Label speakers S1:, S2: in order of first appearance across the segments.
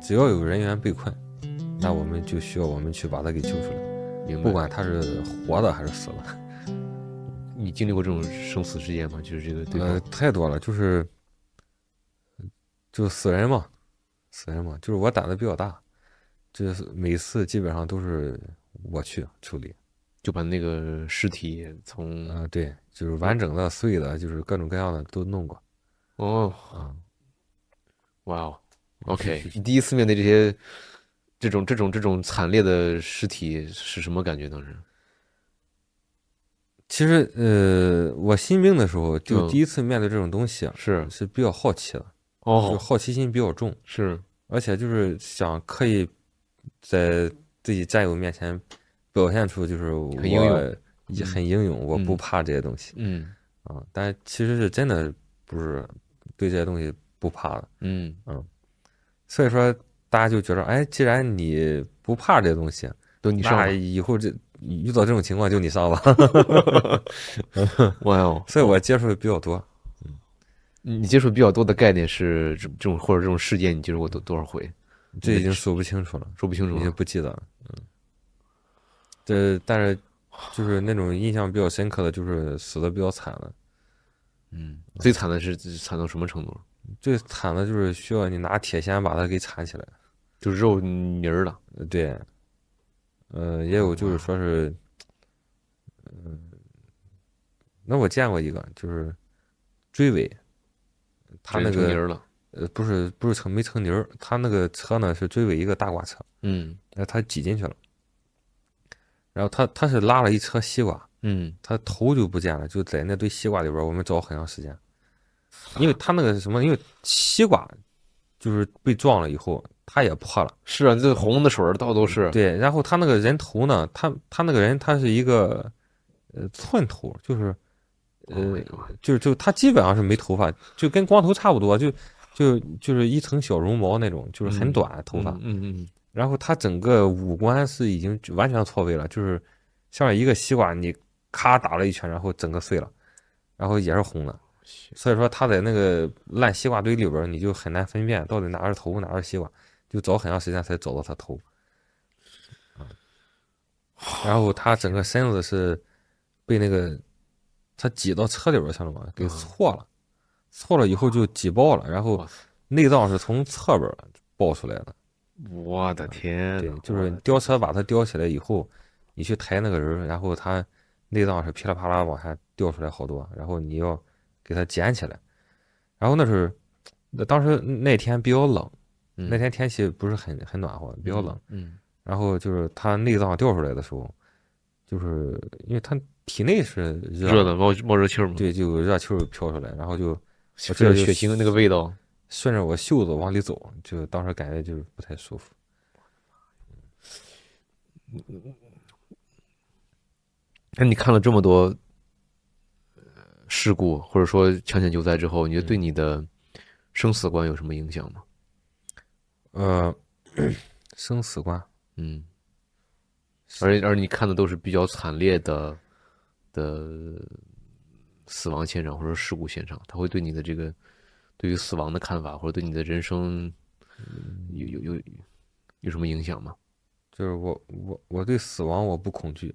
S1: 只要有人员被困，那我们就需要我们去把他给救出来，
S2: 明白
S1: 不。管他是活的还是死了。
S2: 你经历过这种生死事件吗？就是这个对
S1: 呃
S2: 方，，
S1: 太多了，就是就死人嘛，死人嘛，就是我胆子比较大，就是每次基本上都是我去处理。
S2: 就把那个尸体从
S1: 嗯、对，就是完整的、碎的，就是各种各样的都弄过。
S2: 哦，
S1: 啊、
S2: 哇哦，OK，你第一次面对这些这种这种这种惨烈的尸体是什么感觉？当时
S1: 其实呃，我新兵的时候就
S2: 嗯
S1: 第一次面对这种东西，啊
S2: 是
S1: 是比较好奇的，就
S2: 哦，
S1: 好奇心比较重，
S2: 是
S1: 而且就是想刻意在自己战友面前表现出就是我
S2: 很英勇
S1: 也很英勇，我不
S2: 嗯
S1: 怕这些东西。
S2: 嗯
S1: 啊、但其实是真的不是对这些东西不怕的，
S2: 嗯
S1: 所以说大家就觉得，哎，既然你不怕这些东西，
S2: 等你上
S1: 那
S2: 吧
S1: 以后这遇到这种情况就你上 吧。
S2: 哇哦，
S1: 所以我接触的比较多，
S2: 你你接触比较多的概念是这这种或者这种事件，你接触过多多少回？
S1: 这
S2: 嗯
S1: 已经数不清楚了，
S2: 说不清楚啊
S1: 已经
S2: 了。
S1: 不记得了。嗯，这但是就是那种印象比较深刻的就是死的比较惨的，
S2: 嗯，最惨的是是惨到什么程度？
S1: 最惨的就是需要你拿铁锨把它给缠起来。
S2: 就肉泥儿了。
S1: 呃对，呃，也有就是说是，嗯、那我见过一个，就是追尾，他
S2: 直
S1: 那
S2: 接成泥
S1: 个
S2: 儿了。
S1: 呃不是不是成没成泥儿，他那个车呢是追尾一个大挂车，
S2: 嗯
S1: 然后他挤进去了，然后他他是拉了一车西瓜，
S2: 嗯，
S1: 他头就不见了，就在那堆西瓜里边儿，我们找很长时间，因为他那个什么，因为西瓜就是被撞了以后，它也破了。
S2: 是啊，这红的水儿到处都是。
S1: 对，然后他那个人头呢，他他那个人他是一个呃寸头，就是呃
S2: ，Oh my god，
S1: 就就他基本上是没头发，就跟光头差不多，就就就是一层小绒毛那种，就是很
S2: 嗯
S1: 短头发。
S2: 嗯嗯嗯，
S1: 然后他整个五官是已经完全错位了，就是像一个西瓜，你咔打了一拳，然后整个碎了，然后也是红的。所以说他在那个烂西瓜堆里边儿，你就很难分辨到底哪是头，哪是西瓜，就找很长时间才找到他头。啊，然后他整个身子是被那个他挤到车里边儿去了嘛，给
S2: 嗯
S1: 错了，错了以后就挤爆了，然后
S2: 哇塞
S1: 内脏是从侧边儿爆出来的。
S2: 嗯我的天
S1: 对
S2: 呐，，
S1: 就是吊车把它吊起来以后，你去抬那个人儿，然后他内脏是噼里啪啦往下掉出来好多，然后你要给它捡起来。然后那是，那当时那天比较冷，那
S2: 那
S1: 天天气不是很很暖和，比较冷。。
S2: 嗯
S1: 然后就是他内脏掉出来的时候，就是因为他体内是
S2: 嗯，
S1: 热
S2: 热的冒冒热气儿嘛，
S1: 对，就有热气儿飘出来，然后就
S2: 血
S1: 这就
S2: 血腥的那个味道。
S1: 顺着我袖子往里走，就当时感觉就是不太舒服。
S2: 那你看了这么多呃事故，或者说抢险救灾之后，你觉得对你的生死观有什么影响吗？
S1: 呃， 生死观，
S2: 嗯，而而你看的都是比较惨烈的的死亡现场或者事故现场，它会对你的这个对于死亡的看法，或者对你的人生
S1: 嗯
S2: 有有有有什么影响吗？
S1: 就是我我我对死亡我不恐惧，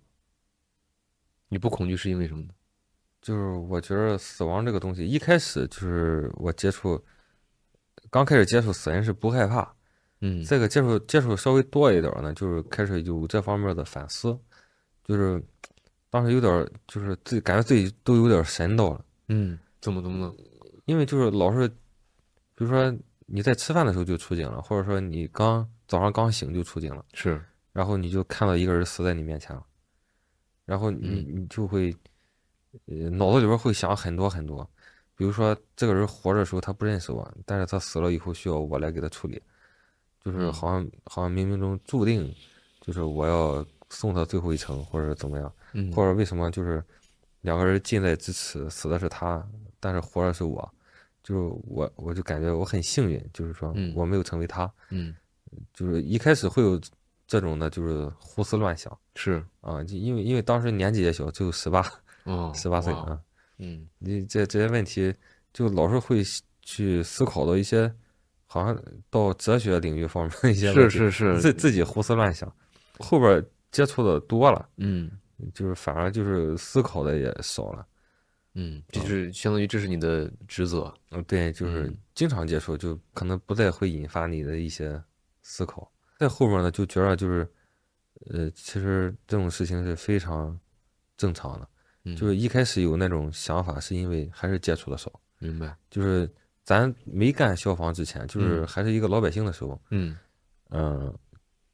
S2: 你不恐惧是因为什么呢？
S1: 就是我觉得死亡这个东西，一开始就是我接触，刚开始接触死人是不害怕，
S2: 嗯
S1: 这个接触接触稍微多一点儿呢，就是开始有这方面的反思，就是当时有点儿就是自己感觉自己都有点儿神到了，
S2: 嗯，怎么怎么了？
S1: 因为就是老是，比如说你在吃饭的时候就出警了，或者说你刚早上刚醒就出警了。
S2: 是
S1: 然后你就看到一个人死在你面前了，然后
S2: 嗯
S1: 你你就会，呃，脑子里边会想很多很多，比如说这个人活着的时候他不认识我，但是他死了以后需要我来给他处理，就是
S2: 嗯
S1: 好像好像冥冥中注定，就是我要送他最后一程，或者怎么样，
S2: 嗯
S1: 或者为什么就是两个人近在咫尺，死的是他，但是活着是我，就是我我就感觉我很幸运，就是说
S2: 嗯
S1: 我没有成为他。
S2: 嗯
S1: 就是一开始会有这种的，就是胡思乱想
S2: 是
S1: 啊，就因为因为当时年纪也小，只有十八
S2: 哦
S1: 十八岁
S2: 哇
S1: 啊，
S2: 嗯
S1: 你这这些问题就老是会去思考到一些好像到哲学领域方面一些
S2: 是
S1: 问题
S2: 是是，
S1: 自自己胡思乱想，后边接触的多了，
S2: 嗯
S1: 就是反而就是思考的也少了。
S2: 嗯，
S1: 哦
S2: 这就是相当于这是你的职责，
S1: 嗯，对，就是
S2: 嗯
S1: 经常接触，就可能不再会引发你的一些思考。在后面呢，就觉得就是，呃，其实这种事情是非常正常的。
S2: 嗯
S1: 就是一开始有那种想法，是因为还是接触的少，
S2: 明白？
S1: 就是咱没干消防之前，就是还是一个老百姓的时候，
S2: 嗯
S1: 嗯，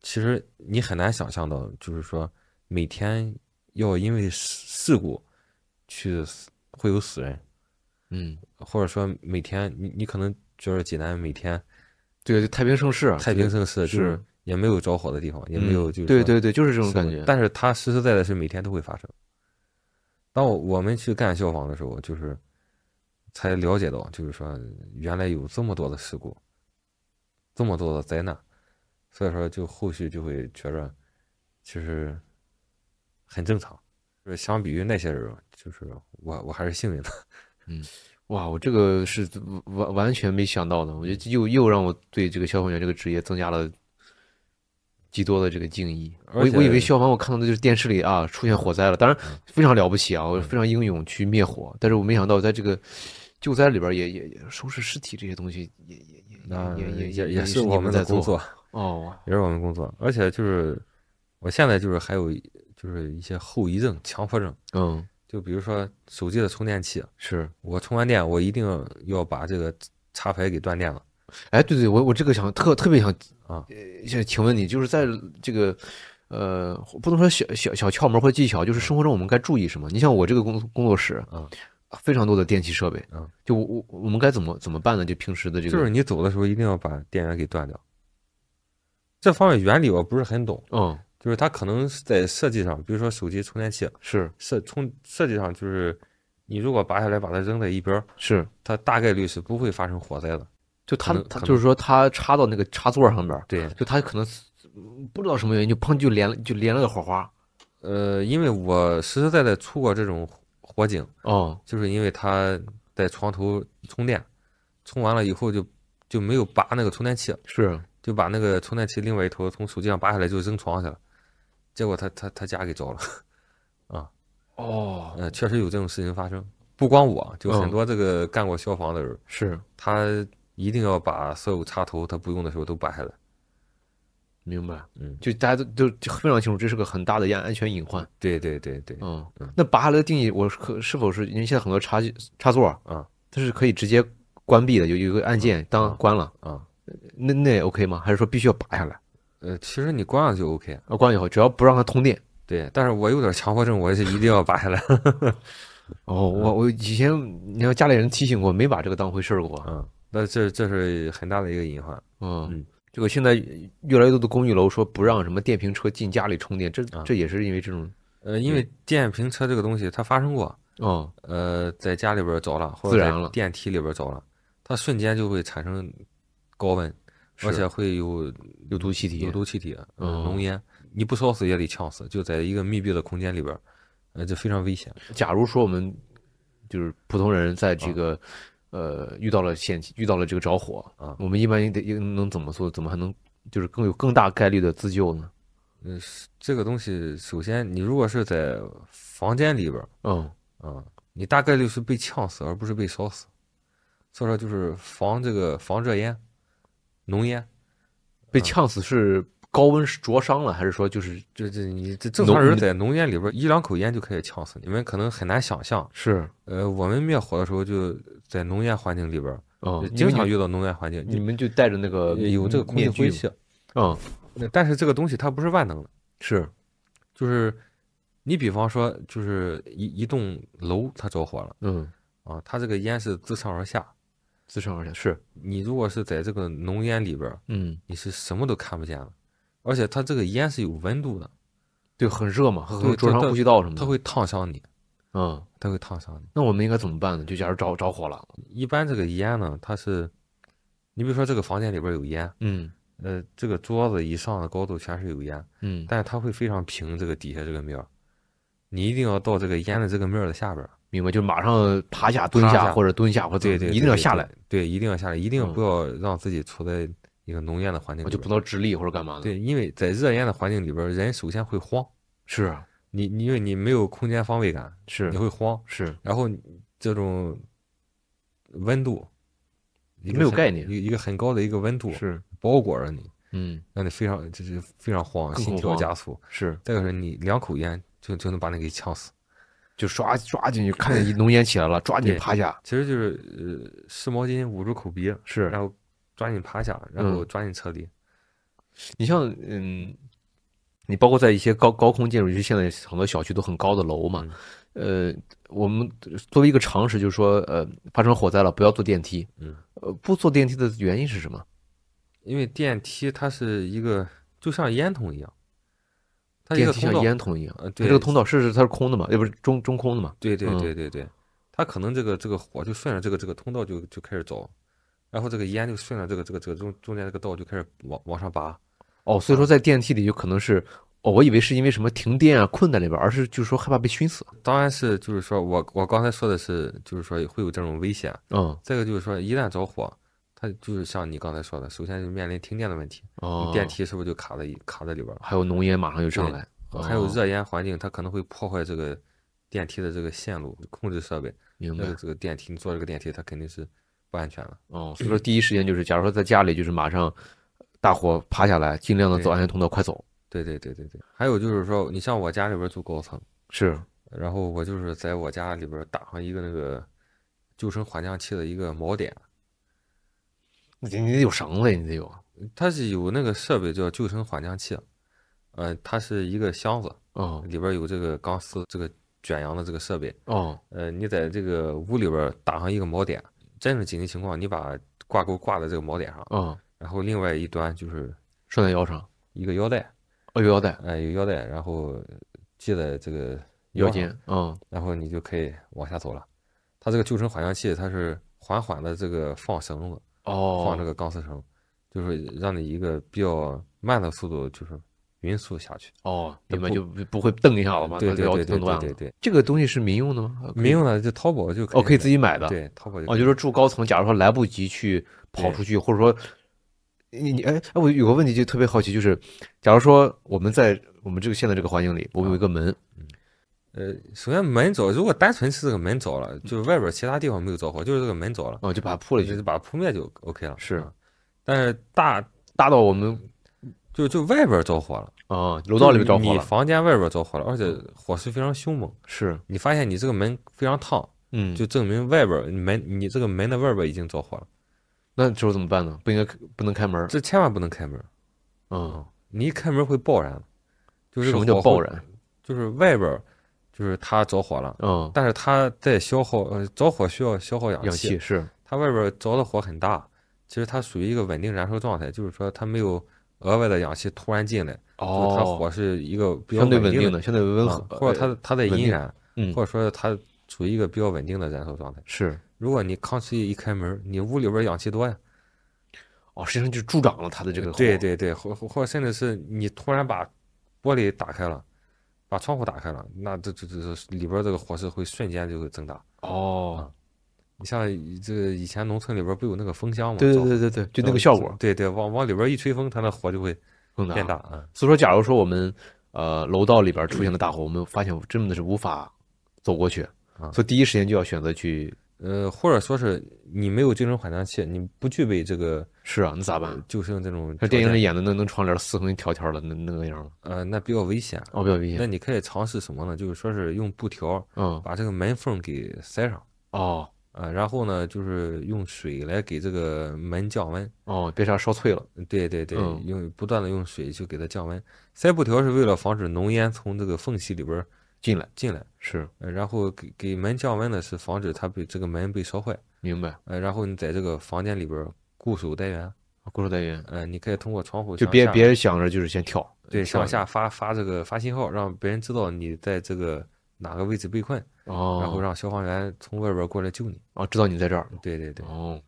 S1: 其实你很难想象到，就是说每天要因为事事故去死会有死人，
S2: 嗯，
S1: 或者说每天你你可能觉得济南每天
S2: 啊对，太平盛世啊，
S1: 太平盛世，就是是也没有着火的地方，也
S2: 也
S1: 没有就是
S2: 嗯对
S1: 说
S2: 对对，就是这
S1: 这
S2: 种感觉。
S1: 但是它实实在在是每天都会发生。当我我们去干消防的时候，就是才了解到，就是说原来有这么多的事故，这么多的灾难，所以说就后续就会觉着其实很正常。就是相比于那些人，就是我我还是幸运的。
S2: 哇，我这个是完完全没想到的，我觉得又又让我对这个消防员这个职业增加了极多的这个敬意。我
S1: 而且
S2: 我以为消防我看到的就是电视里啊出现火灾了，当然非常了不起啊，我非常英勇去灭火，但是我没想到在这个救灾里边也也也收拾尸体这些东西也也
S1: 那
S2: 嗯也也
S1: 也
S2: 也
S1: 是
S2: 你
S1: 我们
S2: 在
S1: 的
S2: 做
S1: 工作，
S2: 哦，
S1: 也是我们工作。而且就是我现在就是还有一就是一些后遗症，强迫症。
S2: 嗯
S1: 就比如说手机的充电器，
S2: 是，
S1: 我充完电，我一定要把这个插排给断电了。
S2: 哎对对，我我这个想特特别想
S1: 啊，
S2: 呃想请问你，就是在这个呃，不能说小小小窍门或技巧，就是生活中我们该注意什么？你像我这个工工作室
S1: 嗯，
S2: 非常多的电器设备
S1: 嗯，
S2: 就我我我们该怎么怎么啊办呢？就平时的这
S1: 就是
S2: 个，
S1: 你走的时候一定要把电源给断掉。这方面原理我不是很懂，
S2: 嗯，
S1: 就是它可能是在设计上，比如说手机充电器
S2: 是
S1: 设充设计上，就是你如果拔下来把它扔在一边儿，
S2: 是，
S1: 它大概率是不会发生火灾的。
S2: 就
S1: 可
S2: 他
S1: 能
S2: 他
S1: 可能
S2: 就是说他插到那个插座上边儿，
S1: 对，
S2: 就他可能嗯不知道什么原因就砰就连了就连了个火花，
S1: 呃，因为我实实在在出过这种火警，
S2: 哦，
S1: 就是因为它在床头充电，充完了以后就就没有拔那个充电器，
S2: 是，
S1: 就把那个充电器另外一头从手机上拔下来就扔床上去了，结果他他他家给着了。
S2: 哦，
S1: 嗯、确实有这种事情发生，不光我，就很
S2: 嗯
S1: 多这个干过消防的人，
S2: 是，
S1: 他一定要把所有插头他不用的时候都拔下来。
S2: 明白，
S1: 嗯，
S2: 就大家都都就非常清楚，这是个很大的安安全隐患。
S1: 对对对对，
S2: 嗯
S1: 嗯，
S2: 那拔下来的定义，我是可是否是因为现在很多插插座啊，
S1: 啊
S2: 它是可以直接关闭的，有有一个按键当
S1: 啊
S2: 关了，
S1: 啊、
S2: 那那也 OK 吗？还是说必须要拔下来？
S1: 呃，其实你关了就 OK。
S2: 啊，关以后只要不让它通电。
S1: 对，但是我有点强迫症，我也是一定要拔下 来。
S2: 哦，我
S1: 嗯
S2: 我以前你看家里人提醒过，没把这个当回事儿过。
S1: 嗯，那这这是很大的一个隐患。
S2: 嗯
S1: 嗯，
S2: 这个现在越来越多的公寓楼说不让什么电瓶车进家里充电，这
S1: 啊
S2: 这也是因为这种
S1: 呃，因为电瓶车这个东西它发生过，
S2: 哦
S1: 呃，在家里边儿着了，或
S2: 自
S1: 者
S2: 燃
S1: 在
S2: 了
S1: 电梯里边儿着了，它瞬间就会产生高温，而
S2: 是
S1: 且会有
S2: 有毒气体。
S1: 有毒气体、呃
S2: 哦
S1: 浓烟，你不烧死也得呛死，就在一个密闭的空间里边儿，呃，这非常危险。
S2: 假如说我们就是普通人在这个、呃遇到了险情，遇到了这个着火，
S1: 啊
S2: 我们一般应得应能怎么做？怎么还能就是更有更大概率的自救呢？
S1: 嗯、是这个东西，首先你如果是在房间里边儿
S2: 嗯，
S1: 啊、你大概率是被呛死，而不是被烧死。所以说，就是防这个防热烟、浓烟，啊
S2: 被呛死是高温是灼伤了，还是说就是
S1: 这这你这正
S2: 浓
S1: 常人
S2: 你
S1: 在浓烟里边儿一两口烟就可以呛死，你们可能很难想象。
S2: 是
S1: 呃，我们灭火的时候就在浓烟环境里边儿，就，
S2: 嗯因
S1: 呃经
S2: 为
S1: 常
S2: 你
S1: 遇到浓烟环境，
S2: 你们就带着那个
S1: 呃有这个空气
S2: 面具
S1: 灰气。
S2: 嗯，
S1: 那但是这个东西它不是万能的，
S2: 是
S1: 就是你比方说，就是一一栋楼它着火了
S2: 嗯，
S1: 啊，它这个烟是自上而下，
S2: 自上而下是
S1: 你如果是在这个浓烟里边儿，
S2: 嗯，
S1: 你是什么都看不见了，而且它这个烟是有温度的，
S2: 对，很热嘛，很
S1: 对
S2: 灼伤
S1: 它
S2: 呼吸道什么的。
S1: 它会烫伤你，
S2: 嗯，
S1: 它会烫伤你。
S2: 那我们应该怎么办呢？就假如着着火了，
S1: 一般这个烟呢，它是，你比如说这个房间里边儿有烟，
S2: 嗯
S1: 呃，这个桌子以上的高度全是有烟。
S2: 嗯，
S1: 但是它会非常平这个底下这个面儿，你一定要到这个烟的这个面儿的下边儿，
S2: 明白？就是马上趴下、蹲
S1: 趴
S2: 下
S1: 下
S2: 或者蹲下，或者
S1: 对对，
S2: 嗯一定要
S1: 对
S2: 下来，，
S1: 对，对一定要下来，一定
S2: 嗯
S1: 不要让自己处在一个浓烟的环境
S2: 我
S1: 里
S2: 就
S1: 边儿。
S2: 不能直立或者干嘛的。，
S1: 对，因为在热烟的环境里边儿，人首先会慌，
S2: 是啊
S1: 你你因为你没有空间方位感，
S2: 是
S1: 你会慌，
S2: 是，
S1: 然后你这种温度一个
S2: 没有
S1: 很
S2: 概念
S1: 一个一个很高的一个温度
S2: 是，
S1: 包裹着你，
S2: 嗯，
S1: 让你非常就是非常慌，
S2: 更
S1: 心
S2: 恐
S1: 跳
S2: 慌
S1: 加速。
S2: 是，
S1: 再就是你两口烟就就能把你给呛死。
S2: 就刷抓进去，看见浓烟起来了，抓紧
S1: 对
S2: 趴下，
S1: 其实就是呃湿毛巾捂住口鼻，
S2: 是
S1: 然后抓紧趴下，然
S2: 嗯
S1: 后抓紧撤离。
S2: 你像嗯，你包括在一些高高空建筑区，现在很多小区都很高的楼嘛，
S1: 嗯
S2: 呃，我们作为一个常识，就是说，呃，发生火灾了，不要坐电梯。
S1: 嗯，
S2: 呃，不坐电梯的原因是什么？
S1: 因为电梯它是一个就像烟筒一样，它是一个
S2: 电梯
S1: 通
S2: 像
S1: 道。
S2: 烟筒一样，
S1: 呃，
S2: 它
S1: 对，
S2: 这个通道是是它是空的嘛？要不是中中空的嘛？
S1: 对对
S2: 嗯
S1: 对对对，它可能这个这个火就顺着这个这个通道就就开始走，然后这个烟就顺着这个这个这个中中间这个道就开始往往上拔。
S2: 哦，所以说在电梯里就可能是，哦，我以为是因为什么停电啊困在里边，而是就是说害怕被熏死。
S1: 当然是就是说我我刚才说的是就是说会有这种危险，
S2: 嗯，
S1: 再一个就是说一旦着火，它就是像你刚才说的，首先就面临停电的问题，
S2: 哦，
S1: 电梯是不是就卡在一卡在里边了？
S2: 还有浓烟马上就上来，哦
S1: 还有，热烟环境，它可能会破坏这个电梯的这个线路控制设备，
S2: 明
S1: 那
S2: 白
S1: 个。这个电梯你坐这个电梯它肯定是不安全了。
S2: 哦，所以说第一时间就是，假如说在家里就是马上大火爬下来，尽量的走
S1: 对
S2: 安全通道，快走。
S1: 对对对对对，还有就是说，你像我家里边住高层，
S2: 是，
S1: 然后我就是在我家里边打上一个那个救生缓降器的一个锚点，
S2: 你你得有绳子，你得有。
S1: 它是有那个设备叫救生缓降器，呃，它是一个箱子，
S2: 哦
S1: 里边有这个钢丝这个卷扬的这个设备，
S2: 哦，
S1: 呃，你在这个屋里边打上一个锚点，真是紧急情况，你把挂钩挂在这个锚点上，
S2: 嗯，
S1: 然后另外一端就是
S2: 拴在腰上，
S1: 一个腰带，
S2: 哦，有腰带，
S1: 哎、有腰带，然后系在这个
S2: 腰
S1: 上
S2: 间，嗯，
S1: 然后你就可以往下走了。它这个救生缓降器，它是缓缓的这个放绳子，放这
S2: 哦，
S1: 个钢丝绳，就是让你一个比较慢的速度，就是匀速下去。
S2: 哦，
S1: 它
S2: 明白
S1: 不
S2: 就不不会蹬一下了嘛，
S1: 对
S2: 那
S1: 对
S2: 腰
S1: 对
S2: 就蹬
S1: 对
S2: 断
S1: 对
S2: 了。
S1: 对对，
S2: 这个东西是民用的吗？啊可以
S1: 没用了，就淘宝就
S2: 哦，可以自
S1: 己
S2: 己买的。，
S1: 对淘宝就
S2: 哦，就是说住高层，假如说来不及去跑
S1: 对
S2: 出去，或者说你你哎哎，我有个问题就特别好奇，就是假如说我们在我们这个现在这个环境里，我
S1: 嗯
S2: 们有一个门，
S1: 呃，首先门着，如果单纯是这个门着了，就是外边其他地方没有着火，就是这个门着了，
S2: 哦，就把它铺了
S1: 就
S2: 进
S1: 是
S2: 嗯去，
S1: 把它扑灭就 OK 了。
S2: 是
S1: 啊，但是大
S2: 搭到我们
S1: 就就外边着火了，
S2: 啊楼道里面着
S1: 就是
S2: 火
S1: 你
S2: 了，
S1: 房间外边着火了，而且火势非常凶猛。
S2: 是，
S1: 你发现你这个门非常烫，
S2: 嗯，
S1: 就证明外边儿门你这个门的外边儿已经着火了，
S2: 那时候怎么办呢？不应该不能开门儿，
S1: 这千万不能开门儿，
S2: 嗯，
S1: 你一开门会爆燃，就是这
S2: 什
S1: 个
S2: 么叫
S1: 火
S2: 爆
S1: 会？
S2: 燃？
S1: 就是外边儿就是它着火了，
S2: 嗯，
S1: 但是它在消耗呃着火需要消耗氧
S2: 氧气是，
S1: 它外边儿着的火很大，其实它属于一个稳定燃烧状态，就是说它没有额外的氧气突然进来，就是它火是一个比较
S2: 哦相对稳
S1: 稳
S2: 定
S1: 的，
S2: 的，相对温和
S1: 啊，或者
S2: 呃
S1: 它它在
S2: 稳
S1: 阴
S2: 定
S1: 燃，
S2: 嗯
S1: 或者说它处于一个比较稳定的燃烧状态。
S2: 是
S1: 如果你康熙一开门，你屋里边氧气多呀，
S2: 哦，实际上就助长了它的这个火
S1: 对对对，或或或甚至是你突然把玻璃打开了，把窗户打开了，那这这这这里边这个火势会瞬间就会增大。
S2: 哦，
S1: 你像以这个以前农村里边不有那个风箱吗？
S2: 对对
S1: 着火，
S2: 对对对，就那个效果
S1: 对对，往往里边一吹风，它的火就会
S2: 更
S1: 变
S2: 大。
S1: 大啊。
S2: 所以说，假如说我们呃楼道里边出现了大火，我们发现真的是无法走过去，
S1: 啊
S2: 所以第一时间就要选择去
S1: 呃，或者说是你没有救生缓降器，你不具备这个呃
S2: 是啊，那咋办？
S1: 救生这种
S2: 像
S1: 条
S2: 电影
S1: 件
S2: 里，演的那那窗帘撕成一条条的那那个样儿，
S1: 呃，那比较危险。
S2: 哦，比较危
S1: 那
S2: 险。
S1: 你可以尝试什么呢？就是说是用布条
S2: 嗯，
S1: 把这个门缝给塞上。
S2: 哦
S1: 啊，然后呢，就是用水来给这个门降温。
S2: 哦，别啥烧脆了。
S1: 嗯对对对，
S2: 嗯
S1: 用不断的用水去给它降温。塞布条是为了防止浓烟从这个缝隙里边儿
S2: 进来
S1: 进来，
S2: 是
S1: 呃然后给给门降温呢是防止它被这个门被烧坏。
S2: 明白，
S1: 呃，然后你在这个房间里边儿固守待援，
S2: 固守单元
S1: 呃，你可以通过窗户
S2: 就
S1: 向
S2: 别
S1: 下
S2: 别想着就是先跳，
S1: 对
S2: 跳
S1: 向下发发这个发信号，让别人知道你在这个哪个位置被困，
S2: 哦，
S1: 然后让消防员从外边儿过来救你。
S2: 哦，知道你在这儿。
S1: 对对对，
S2: 哦，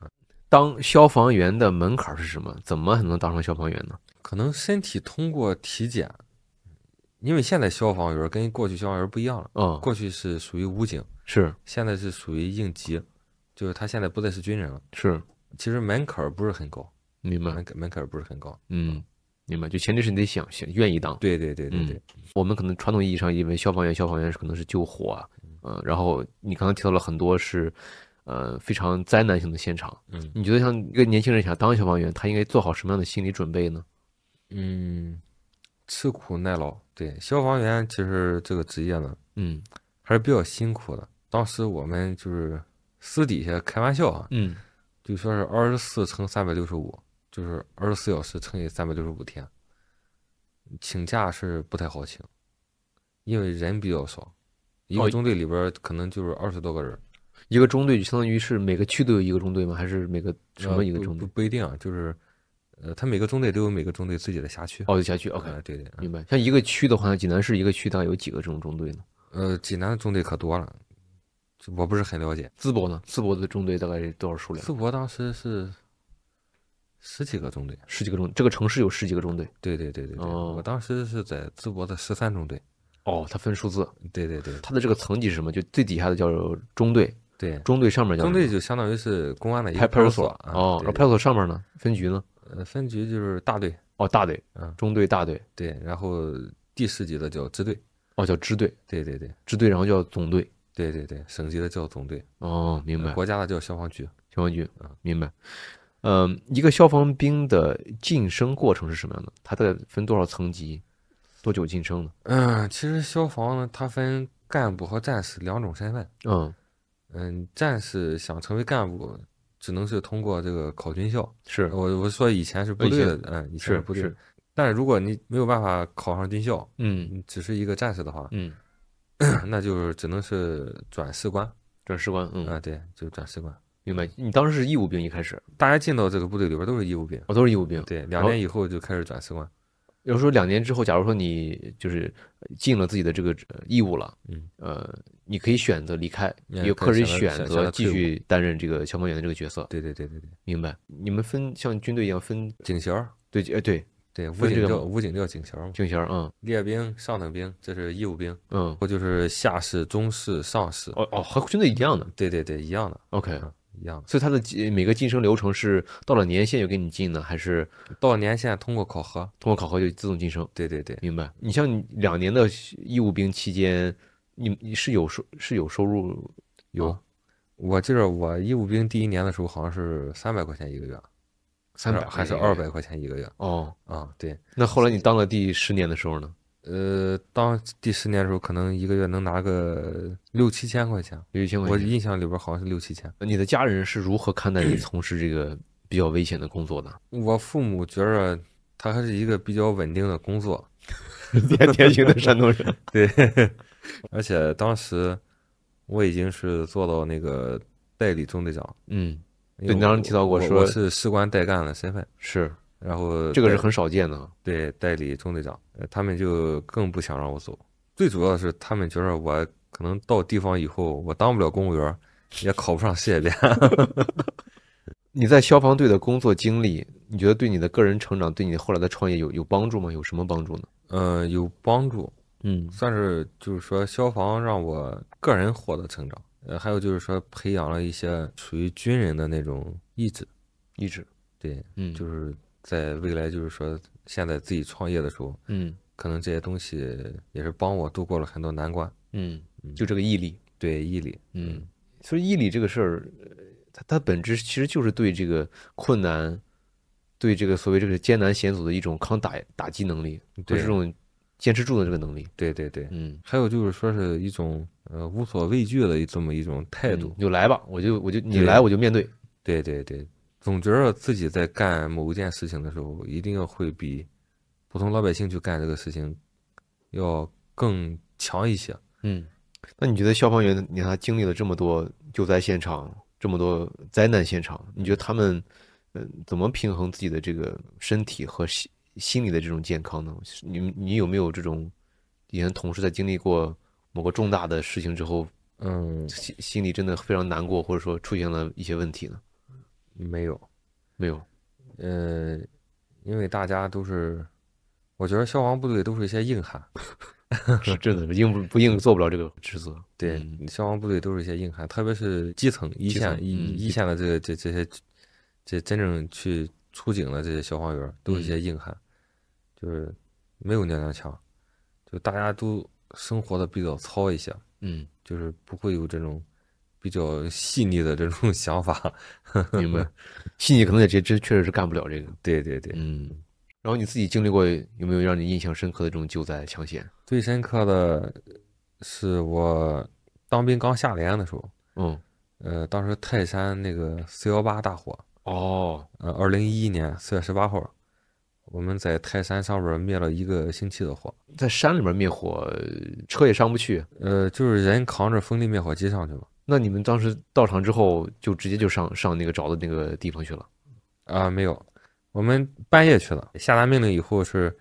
S2: 当消防员的门槛是什么？怎么才能当上消防员呢？
S1: 可能身体通过体检，因为现在消防员跟过去消防员不一样了，
S2: 嗯，
S1: 过去是属于武警，
S2: 是
S1: 现在是属于应急，就是他现在不再是军人了。
S2: 是，
S1: 其实门槛儿不是很高，
S2: 明白，
S1: 门槛门槛儿不是很高。
S2: 嗯，明白。就前提是你得想想愿意当。
S1: 对对对对对，
S2: 我们可能传统意义上因为消防员，消防员是可能是救火啊，嗯、然后你刚刚提到了很多是，呃，非常灾难性的现场。
S1: 嗯
S2: 你觉得像一个年轻人想当消防员，他应该做好什么样的心理准备呢？
S1: 嗯，吃苦耐劳。对，消防员其实这个职业呢
S2: 嗯
S1: 还是比较辛苦的。当时我们就是私底下开玩笑啊，
S2: 嗯，
S1: 就说是二十四乘三百六十五，就是二十四小时乘以三百六十五天。请假是不太好请，因为人比较少，一
S2: 哦
S1: 个中队里边儿可能就是二十多个人。
S2: 一个中队就相当于是每个区都有一个中队吗？还是每个什
S1: 呃
S2: 么一个
S1: 不
S2: 中
S1: 不
S2: 队？
S1: 不一定啊，就是，呃，他每个中队都有每个中队自己的辖区。
S2: 哦，辖区 OK，
S1: 呃对对，嗯
S2: 明白。像一个区的话，济南市一个区大概有几个这种中队呢？
S1: 呃，济南的中队可多了，这我不是很了解。
S2: 淄博呢？淄博的中队大概是多少数量？
S1: 淄博当时是十几个中队，
S2: 十几个中，这个城市有十几个中队。
S1: 对对对对对，
S2: 哦
S1: 我当时是在淄博的十三中队，
S2: 哦，它分数字，
S1: 对对对
S2: 它的这个层级是什么？就最底下的叫中队，
S1: 对，
S2: 中队上面叫
S1: 中队就相当于是公安的一
S2: 派
S1: 个
S2: 派出
S1: 所
S2: 所
S1: 啊，
S2: 哦，然
S1: 对
S2: 后派出所上面呢，分局呢？
S1: 呃分局就是大队，
S2: 哦，大队
S1: 嗯，
S2: 中队、大队，
S1: 对，然后地市级的叫支队，
S2: 哦，叫支队，
S1: 对对对
S2: 支队，然后叫总队。
S1: 对对对，省级的叫总队，
S2: 哦，明白。
S1: 国家的叫消防局。
S2: 消防局
S1: 嗯，
S2: 明白。嗯，一个消防兵的晋升过程是什么样的？他大概分多少层级？多久晋升呢？
S1: 嗯，其实消防呢，它分干部和战士两种身份。
S2: 嗯，
S1: 嗯，战士想成为干部，只能是通过这个考军校。呃
S2: 是
S1: 我我说以前是部
S2: 以
S1: 队
S2: 前
S1: 的，嗯，以前
S2: 是
S1: 部队的
S2: 是，。
S1: 但是如果你没有办法考上军校，
S2: 嗯
S1: 你只是一个战士的话，
S2: 嗯，
S1: 那就是只能是转士官
S2: 转士官，嗯，
S1: 啊，对，就转士官。
S2: 明白。你当时是义务兵一开始，
S1: 大家进到这个部队里边都是义务兵，
S2: 我都是义务兵。
S1: 对，两
S2: 哦
S1: 年以后就开始转士官。
S2: 要说两年之后，假如说你就是尽了自己的这个呃义务了，
S1: 嗯，
S2: 呃，你可以选择离开，
S1: 嗯
S2: 也有客人
S1: 可以
S2: 选
S1: 选择选
S2: 择
S1: 择
S2: 继
S1: 退伍
S2: 续担任这个消防员的这个角色。
S1: 对对对对对，
S2: 明白？你们分像军队一样分
S1: 警衔儿，
S2: 对呃对
S1: 对，武
S2: 分这
S1: 警
S2: 个
S1: 叫
S2: 吗
S1: 武警叫警衔儿嘛，
S2: 军衔儿，嗯
S1: 列兵、上等兵，这是义务兵。
S2: 嗯，
S1: 或就是下士、中士、上士，
S2: 哦哦，和军队一样的。
S1: 对对对，一样的，
S2: OK，
S1: 嗯，一样
S2: 所以他的晋每个晋升流程是到了年限就给你进呢，还是
S1: 的。到年限通过考核，
S2: 通过考核就自动晋升？
S1: 对对对，
S2: 明白？你像你两年的义务兵期间，你你是有收是有收入
S1: 有。我记得我义务兵第一年的时候，好像是三百块钱一个月，
S2: 三百
S1: 还是二百块钱一个月
S2: 哦？
S1: 啊？对，
S2: 那后来你当了第十年的时候呢？
S1: 呃，当第十年的时候，可能一个月能拿个六七千块钱，
S2: 有一千
S1: 我
S2: 块钱。
S1: 印象里边好像是六七千。
S2: 你的家人是如何看待 你从事这个比较危险的工作 的？
S1: 我父母觉着他还是一个比较稳定的工作，
S2: 典典型的山东人。
S1: 而且当时我已经是做到那个代理中队长。
S2: 嗯，
S1: 因
S2: 对
S1: 为
S2: 你
S1: 我
S2: 当时提到过
S1: 我
S2: 说
S1: 我是士官带干的身份，
S2: 是
S1: 然后
S2: 这个是
S1: 代
S2: 很少见的。
S1: 对代理中队长，呃他们就更不想让我走。最主要的是，他们觉得我可能到地方以后，我当不了公务员，也考不上事业编。
S2: 你在消防队的工作经历，你觉得对你的个人成长，对你后来的创业有有帮助吗？有什么帮助呢？
S1: 嗯、有帮助，
S2: 嗯
S1: 算是就是说消防让我个人获得成长，呃，还有就是说培养了一些属于军人的那种意志。
S2: 意志，
S1: 对，
S2: 嗯，
S1: 就是在未来，就是说现在自己创业的时候，
S2: 嗯
S1: 可能这些东西也是帮我度过了很多难关。
S2: 嗯，就这个毅力，
S1: 对毅力，
S2: 嗯，所以毅力这个事儿，呃它它本质其实就是对这个困难，对这个所谓这个艰难险阻的一种抗打打击能力，和
S1: 对
S2: 这种坚持住的这个能力，
S1: 对对对，
S2: 嗯，
S1: 还有就是说是一种呃无所畏惧的这么一种态度，
S2: 嗯就来吧，我就我就你
S1: 对
S2: 来我就面对，
S1: 对对对，总觉得自己在干某一件事情的时候，一定要会比普通老百姓去干这个事情要更强一些。
S2: 嗯，那你觉得消防员，你看他经历了这么多救灾现场，这么多灾难现场，你觉得他们，嗯、怎么平衡自己的这个身体和心心理的这种健康呢？你们你有没有这种以前同事在经历过某个重大的事情之后，
S1: 嗯，
S2: 心心里真的非常难过，或者说出现了一些问题呢？
S1: 没有，
S2: 没有，
S1: 呃，因为大家都是我觉得消防部队都是一些硬汉，
S2: 是真的是硬不不硬做不了这个职责。
S1: 对，
S2: 嗯
S1: 消防部队都是一些硬汉，特别是基层一
S2: 基
S1: 线
S2: 层
S1: 一
S2: 嗯
S1: 一线的这这这些，这真正去出警的这些消防员儿，都
S2: 嗯
S1: 是一些硬汉，就是没有娘娘腔，就大家都生活的比较糙一些，
S2: 嗯，
S1: 就是不会有这种比较细腻的这种 想法。
S2: 明白。细腻可能也这这确实是干不了这个。
S1: 对对对，
S2: 嗯，然后你自己经历过有没有让你印象深刻的这种救灾抢险？
S1: 最深刻的是我当兵刚下连的时候，
S2: 嗯，
S1: 呃，当时泰山那个四幺八大火，
S2: 哦，
S1: 呃，二零一一年四月十八号，我们在泰山上边灭了一个星期的火，
S2: 在山里面灭火，车也上不去。
S1: 呃，就是人扛着风力灭火机上去嘛，
S2: 那你们当时到场之后，就直接就上上那个着的那个地方去了。
S1: 啊、没有，我们半夜去的。下达命令以后是，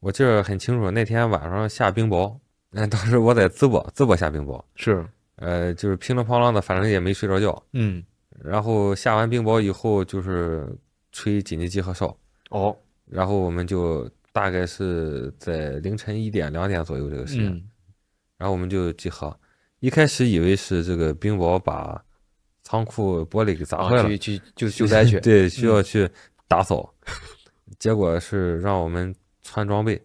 S1: 我记得很清楚，那天晚上下冰雹， 嗯、当时我在淄博，淄博下冰雹，
S2: 是，
S1: 呃，就是乒铃乓啷的，反正也没睡着觉。
S2: 嗯，
S1: 然后下完冰雹以后，就是吹紧急集合哨，
S2: 哦，
S1: 然后我们就大概是在凌晨一点两点左右这个时间。
S2: 嗯，
S1: 然后我们就集合。一开始以为是这个冰雹把仓库玻璃给砸
S2: 啊，
S1: 坏了，
S2: 去去 就救灾嗯 去。
S1: 对，需要去打扫。结果是让我们穿装备，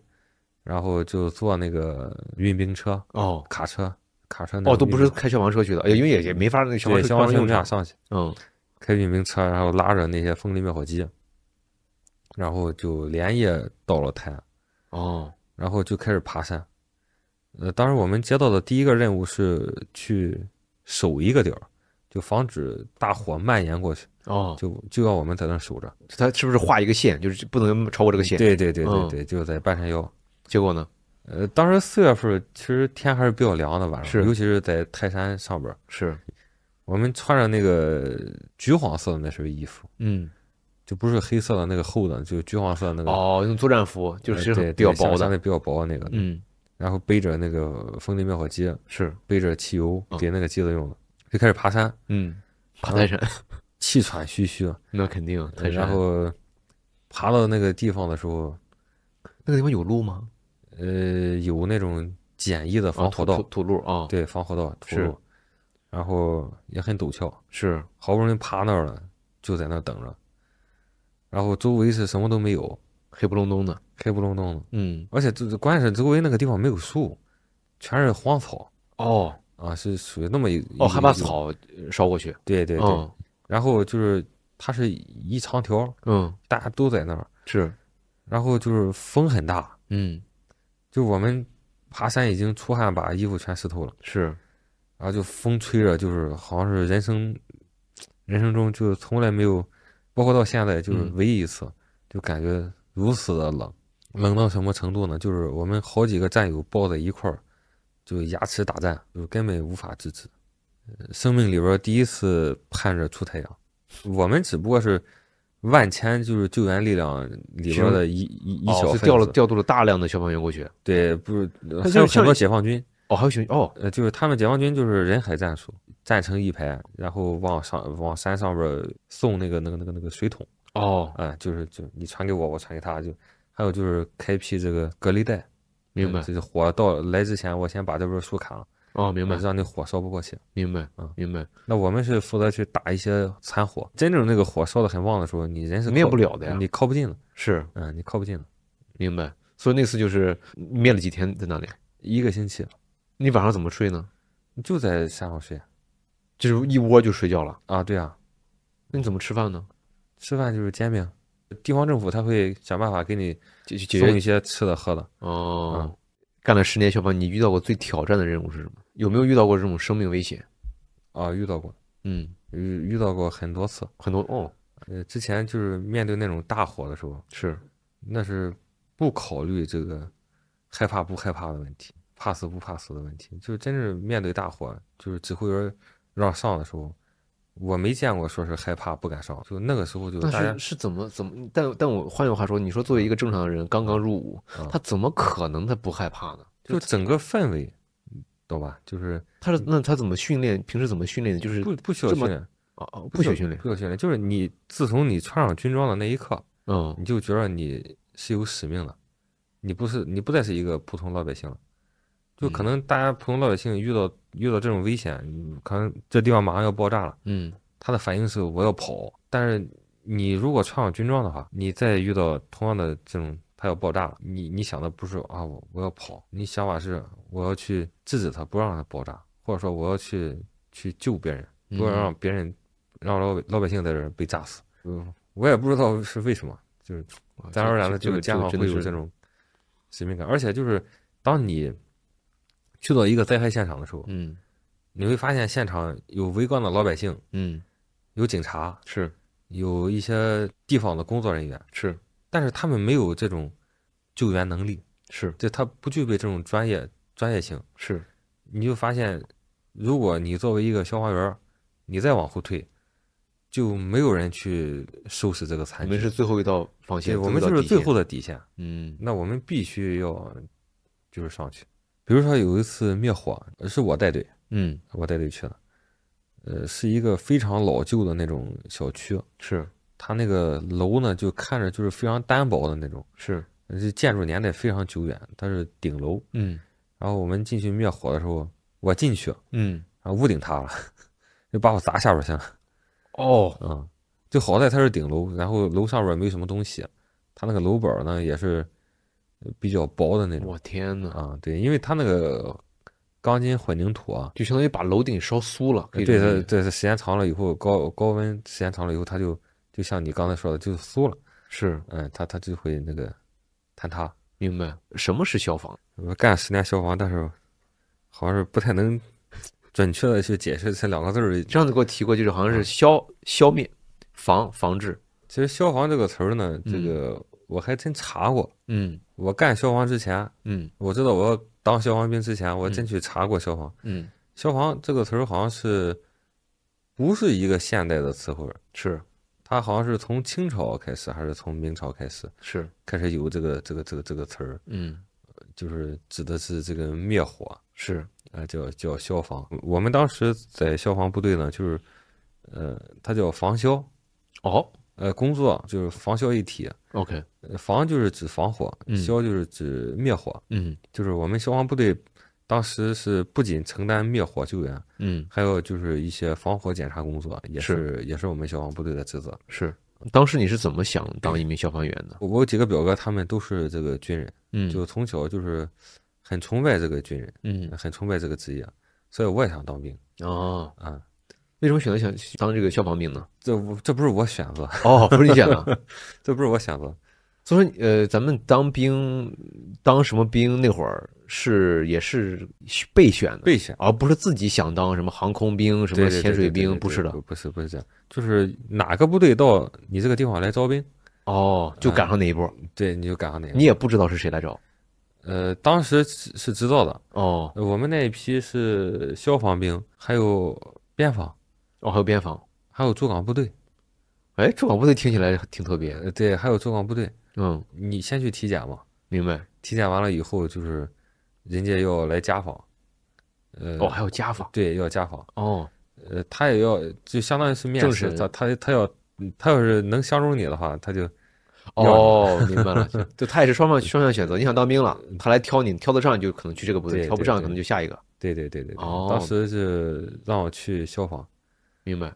S1: 然后就坐那个运兵车、
S2: 哦
S1: 卡车、卡车那
S2: 哦，
S1: 种
S2: 都不是
S1: 运
S2: 开消防车去的，哎，因为也也没法那个消
S1: 兵
S2: 防
S1: 对
S2: 车
S1: 消防
S2: 车
S1: 车
S2: 用
S1: 这样
S2: 场。
S1: 上去，
S2: 嗯，
S1: 开运兵车，然后拉着那些风力灭火机，然后就连夜到了泰安。
S2: 哦，
S1: 然后就开始爬山。呃，当时我们接到的第一个任务是去守一个点儿，就防止大火蔓延过去，
S2: 哦，
S1: 就就要我们在那儿守着。
S2: 他是不是画一个线，就是不能超过这个线？
S1: 对对对对
S2: 嗯
S1: 对，就在半山腰。
S2: 结果呢？
S1: 呃，当时四月份其实天还是比较凉的，晚上，
S2: 是
S1: 尤其是在泰山上边儿，
S2: 是，
S1: 我们穿着那个橘黄色的那身衣服，
S2: 嗯，
S1: 就不是黑色的那个厚的，就橘黄色的那个，
S2: 哦，用作战服，就
S1: 呃
S2: 是
S1: 对
S2: 比较
S1: 对相
S2: 薄
S1: 相
S2: 的。
S1: 对比较薄的那个，
S2: 嗯，
S1: 然后背着那个风力灭火机，
S2: 是，
S1: 背着汽油
S2: 嗯
S1: 给那个机子用的，就开始爬山，
S2: 嗯，爬
S1: 嗯
S2: 泰山，
S1: 气喘吁吁。
S2: 那肯定泰山。
S1: 然后爬到那个地方的时候，
S2: 那个地方有路吗？
S1: 呃，有那种简易的
S2: 啊
S1: 防火道，
S2: 土土土路啊，
S1: 对，防火道土
S2: 是
S1: 路，然后也很陡峭，
S2: 是，
S1: 好不容易爬那儿了，就在那儿等着。然后周围是什么都没有，
S2: 黑不隆咚的。
S1: 黑不隆咚的，
S2: 嗯，
S1: 而且这这关键是周围那个地方没有树，全是荒草
S2: 哦
S1: 啊，是属于那么一
S2: 哦，
S1: 一
S2: 还把
S1: 一种
S2: 草呃烧过去。
S1: 对对对，
S2: 嗯
S1: 然后就是它是一长条，
S2: 嗯，
S1: 大家都在那儿，
S2: 是，
S1: 然后就是风很大，
S2: 嗯
S1: 就我们爬山已经出汗，把衣服全湿透了，
S2: 是，
S1: 然后就风吹着，就是好像是人生人生中就从来没有，包括到现在就是
S2: 嗯
S1: 唯一一次，就感觉如此的冷，冷到什么程度呢？就是我们好几个战友抱在一块儿，就牙齿打颤，就根本无法支持。呃生命里边第一次盼着出太阳，我们只不过是万千就是救援力量里边的一一一小
S2: 哦，
S1: 分
S2: 是
S1: 子，
S2: 调了调度了大量的消防员过去。
S1: 对，不是呃
S2: 那
S1: 还有
S2: 像
S1: 很多解放军。
S2: 哦，还有熊哦，
S1: 呃，就是他们解放军就是人海战术，站成一排，然后往上往山上边儿送那个那个那个那个水桶，
S2: 哦，
S1: 啊、就是就你传给我，我传给他，就还有就是开辟这个隔离带，
S2: 明白
S1: 呃就是火到来之前，我先把这边树砍了，
S2: 哦，明白
S1: 让那火烧不过去。
S2: 明白
S1: 嗯
S2: 明白，
S1: 那我们是负责去打一些残火，真正那个火烧的很旺的时候，你人是
S2: 灭
S1: 靠嗯
S2: 不了的呀
S1: 你靠不近了，
S2: 是
S1: 嗯、你靠不近了，
S2: 哦明白。所以那次就是灭了几天在那里，
S1: 一个星期
S2: 你晚上怎么睡呢？
S1: 你就在山上睡
S2: 就是一窝就睡觉了，
S1: 啊，对啊，
S2: 那你怎么吃饭呢？
S1: 吃饭就是煎饼，地方政府他会想办法给你
S2: 解解
S1: 送
S2: 决
S1: 一些吃的喝的。
S2: 哦。干了十年消防，你遇到过最挑战的任务是什么？有没有遇到过这种生命危险？
S1: 啊，遇到过，
S2: 嗯，
S1: 遇遇到过很多次。
S2: 很多哦，
S1: 呃，之前就是面对那种大火的时候，
S2: 是
S1: 那是不考虑这个害怕不害怕的问题，怕死不怕死的问题，就是真是面对大火，就是指挥员让上的时候，我没见过说是害怕不敢上，就那个时候就大家
S2: 但是是怎么怎么？但但我换句话说，你说作为一个正常的人，刚刚入伍，
S1: 嗯
S2: 他怎么可能他不害怕呢？
S1: 就整个氛围，嗯懂吧？就是
S2: 他是那他怎么训练？平时怎么训练的？就是
S1: 不不需要
S2: 这
S1: 训
S2: 么
S1: 练，
S2: 哦哦，不学训练，
S1: 不需要训练，就是你自从你穿上军装的那一刻，
S2: 嗯
S1: 你就觉得你是有使命的，你不是你不再是一个普通老百姓了，就可能大家普通老百姓遇到遇到这种危险，你可能这地方马上要爆炸了，
S2: 嗯
S1: 他的反应是我要跑，但是你如果穿上军装的话，你再遇到同样的这种他要爆炸了，你你想的不是啊我我要跑，你想法是我要去制止他，不让他爆炸，或者说我要去去救别人，
S2: 嗯
S1: 不要让别人让老百老百姓在这儿被炸死。嗯，我也不知道是为什么，就是
S2: 哇
S1: 嗯自然
S2: 这
S1: 而然的
S2: 这
S1: 就
S2: 个
S1: 是家
S2: 这个
S1: 长
S2: 真
S1: 会
S2: 的
S1: 有
S2: 是
S1: 这种使命感，而且就是当你去到一个灾害现场的时候，
S2: 嗯
S1: 你会发现现场有围观的老百姓，
S2: 嗯
S1: 有警察，
S2: 是
S1: 有一些地方的工作人员，
S2: 是
S1: 但是他们没有这种救援能力，
S2: 是
S1: 就他不具备这种专业专业性。
S2: 是
S1: 你就发现，如果你作为一个消防员儿，你再往后退，就没有人去收拾这个
S2: 你
S1: 残
S2: 们
S1: 局
S2: 是。最后一道防线，
S1: 对，我
S2: 最后
S1: 们
S2: 一道
S1: 就是
S2: 底
S1: 最
S2: 线
S1: 后的底线。
S2: 嗯
S1: 那我们必须要就是上去。比如说有一次灭火，呃是我带队，
S2: 嗯
S1: 我带队去的，呃，是一个非常老旧的那种小区，
S2: 是
S1: 它那个楼呢就看着就是非常单薄的那种，呃
S2: 是
S1: 这建筑年代非常久远，它是顶楼。
S2: 嗯
S1: 然后我们进去灭火的时候，我进去，
S2: 嗯
S1: 然后屋顶塌了， 就把我砸下边去了。
S2: 哦
S1: 嗯，就好在它是顶楼，然后楼上边没什么东西，它那个楼板呢也是呃比较薄的那种。
S2: 我天呐，
S1: 啊，对，因为它那个钢筋混凝土啊，
S2: 就相当于把楼顶烧酥了，可以
S1: 对
S2: 这么
S1: 它
S2: 理解
S1: 对它时间长了以后，高高温时间长了以后，它就就像你刚才说的，就酥了，
S2: 是
S1: 嗯，它它就会那个坍塌。
S2: 明白什么是消防？
S1: 我干十年消防，但是好像是不太能准确的去解释这两个字儿。
S2: 上次给我提过，就是好像是消消灭、防防治，
S1: 其实消防这个词儿呢，这
S2: 嗯
S1: 个我还真查过。
S2: 嗯
S1: 我干消防之前，
S2: 嗯
S1: 我知道我要当消防兵之前，我真去查过消防。
S2: 嗯
S1: 消防这个词儿好像是不是一个现代的词汇儿，
S2: 是
S1: 它好像是从清朝开始，还是从明朝开始
S2: 是
S1: 开始有这个这个这个这个词儿，
S2: 嗯
S1: 就是指的是这个灭火
S2: 是
S1: 啊、叫叫消防。我们当时在消防部队呢，就是呃，它叫防消，
S2: 哦
S1: 呃，工作就是防消一体，
S2: OK
S1: 呃防就是指防火，
S2: 嗯
S1: 消就是指灭火，
S2: 嗯
S1: 就是我们消防部队当时是不仅承担灭火救援，
S2: 嗯
S1: 还有就是一些防火检查工作，也
S2: 是
S1: 是也是我们消防部队的职责。
S2: 是。当时你是怎么想当一名消防员的？
S1: 我有几个表哥，他们都是这个军人，
S2: 嗯
S1: 就从小就是很崇拜这个军人，
S2: 嗯
S1: 很崇拜这个职业，所以我也想当兵
S2: 哦，
S1: 啊、
S2: 为什么选择想当这个消防兵呢？
S1: 这不这不是我选择，
S2: 哦，不是你选的，
S1: 这不是我选择。
S2: 所以说，呃，咱们当兵，当什么兵那会儿是也是备选的，
S1: 备选
S2: 而不是自己想当什么航空兵、什么
S1: 对对对
S2: 潜
S1: 对对
S2: 水
S1: 对
S2: 兵，
S1: 对
S2: 不是的
S1: 不。不是不是这样，就是哪个部队到你这个地方来招兵，
S2: 哦，就赶上哪一波，
S1: 对你就赶上哪个。
S2: 你也不知道是谁来找。
S1: 呃，当时是是知道的，
S2: 哦，
S1: 我们那一批是消防兵，还有边防，
S2: 哦，还有边防。
S1: 还有驻港部队，
S2: 哎，驻港部队听起来挺特别。
S1: 呃，对，还有驻港部队。
S2: 嗯，
S1: 你先去体检嘛，
S2: 明白。
S1: 体检完了以后，就是人家要来家访，呃，
S2: 哦，还有家访。
S1: 对，要家访，
S2: 哦，
S1: 呃，他也要就相当于是面
S2: 正
S1: 试，
S2: 审
S1: 他他他要他要是能相中你的话，他就
S2: 哦，明白了。 就他也是双向双向选择，你想当兵了，他来挑你，挑得上你就可能去这个部队，
S1: 对
S2: 挑不
S1: 对
S2: 上
S1: 对
S2: 可能就下一个。
S1: 对对对对对，
S2: 哦
S1: 当时是让我去消防，
S2: 明白。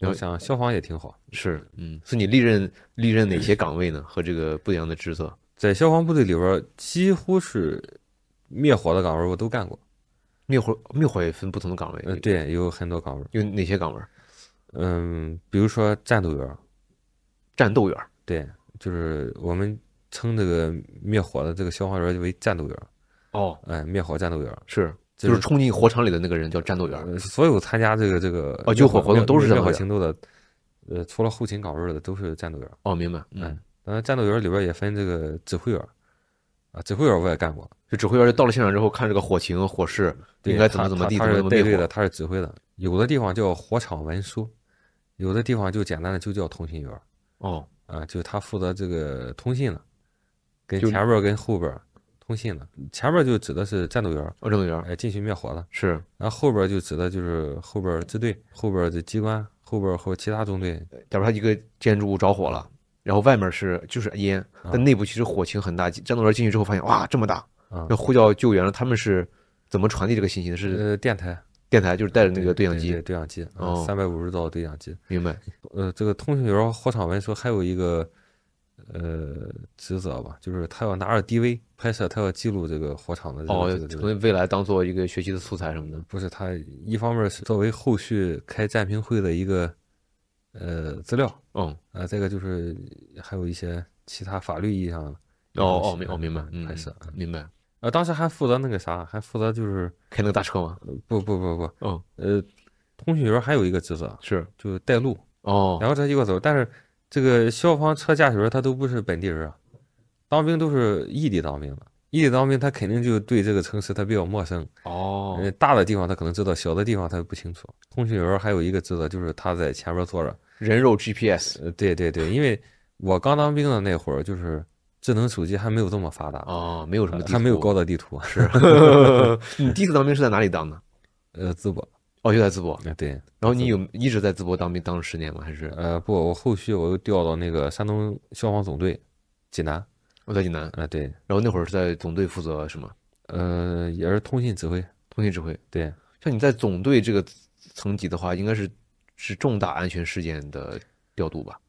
S1: 我
S2: 了
S1: 想消防也挺好，
S2: 是，嗯，是你历任历任哪些岗位呢？和这个不一样的职责。
S1: 在消防部队里边儿，几乎是灭火的岗位儿我都干过，
S2: 灭火灭火也分不同的岗位，
S1: 呃，对，有很多岗位儿，
S2: 有哪些岗位？
S1: 嗯，比如说战斗员儿，
S2: 战斗员儿。
S1: 对，就是我们称这个灭火的这个消防员儿为战斗员儿，
S2: 哦，
S1: 哎，灭火战斗员儿。
S2: 是，
S1: 这
S2: 就
S1: 是
S2: 是冲进火场里的那个人叫战斗员儿。
S1: 呃，所有参加这个这个
S2: 哦救火活动都是
S1: 灭
S2: 战斗
S1: 火
S2: 员
S1: 行动的，呃，除了后勤岗位的都是战斗员。
S2: 哦，明白。
S1: 哎
S2: 嗯，，
S1: 当然战斗员里边也分这个指挥员，啊，指挥员我也干过，
S2: 就指挥员儿到了现场之后，看这个火情火势
S1: 对
S2: 应该怎么
S1: 他
S2: 怎么地，
S1: 他他
S2: 怎么
S1: 是
S2: 怎么
S1: 带队
S2: 灭火
S1: 的，。他是指挥的。有的地方叫火场文书，有的地方就简单的就叫通信员，
S2: 哦，
S1: 啊，就是他负责这个通信的，跟
S2: 就
S1: 前边儿跟后边儿通信的，前边儿就指的是战斗员，
S2: 哦，战斗员儿
S1: 哎，进去灭火的。
S2: 是
S1: 然后后边儿就指的就是后边儿支队、后边儿的机关、后边儿和其他中队
S2: 假如他一个建筑物着火了，然后外面是就是烟，
S1: 啊
S2: 但内部其实火情很大。战斗员进去之后发现哇这么大，要呼叫救援了。他们是怎么传递这个信息的？是
S1: 啊呃，电台
S2: 电台，就是带着那
S1: 对
S2: 个对讲
S1: 对
S2: 机，
S1: 对讲机，啊
S2: 哦
S1: 三百五十兆对讲机。
S2: 明白？
S1: 呃，这个通讯员霍昌文说还有一个呃职责吧，就是他要拿着 DV 拍摄，他要记录这个火场的这个、
S2: 哦
S1: 这个，这
S2: 可
S1: 个。
S2: 能未来当做一个学习的素材什么的。
S1: 不是他一方面是作为后续开战评会的一个呃资料
S2: 嗯，
S1: 啊、呃，再一个就是还有一些其他法律意义上的
S2: 哦
S1: 东
S2: 哦
S1: 西
S2: 明哦明白，嗯
S1: 拍摄。
S2: 明白。
S1: 呃，当时还负责那个啥，还负责就是
S2: 开那个大车吗？
S1: 不不不不，
S2: 嗯，
S1: 呃，通讯员还有一个职责
S2: 是
S1: 就是带路，
S2: 哦
S1: 然后他一块走。但是这个消防车驾驶员他都不是本地人啊，当兵都是异地当兵的。异地当兵，他肯定就对这个城市他比较陌生。
S2: 哦
S1: 呃，大的地方他可能知道，小的地方他不清楚。通讯员还有一个职责就是他在前面坐着。
S2: 人肉 GPS
S1: 呃，对对对，因为我刚当兵的那会儿，就是智能手机还没有这么发达，
S2: 哦，没有什么地图，
S1: 还没有高德地图。是，
S2: 你第一次当兵是在哪里当的？
S1: 呃，淄博。
S2: 哦，就在淄博。
S1: 呃对，
S2: 然后你有一直在淄博当兵当了十年吗？还是
S1: 呃，不，我后续我又调到那个山东消防总队，济南。啊、
S2: 我在济南？
S1: 对，
S2: 然后那会儿是在总队负责什么？
S1: 呃，也是通信指挥。
S2: 通信指挥。
S1: 对，
S2: 像你在总队这个层级的话，应该是是重大安全事件的调度吧？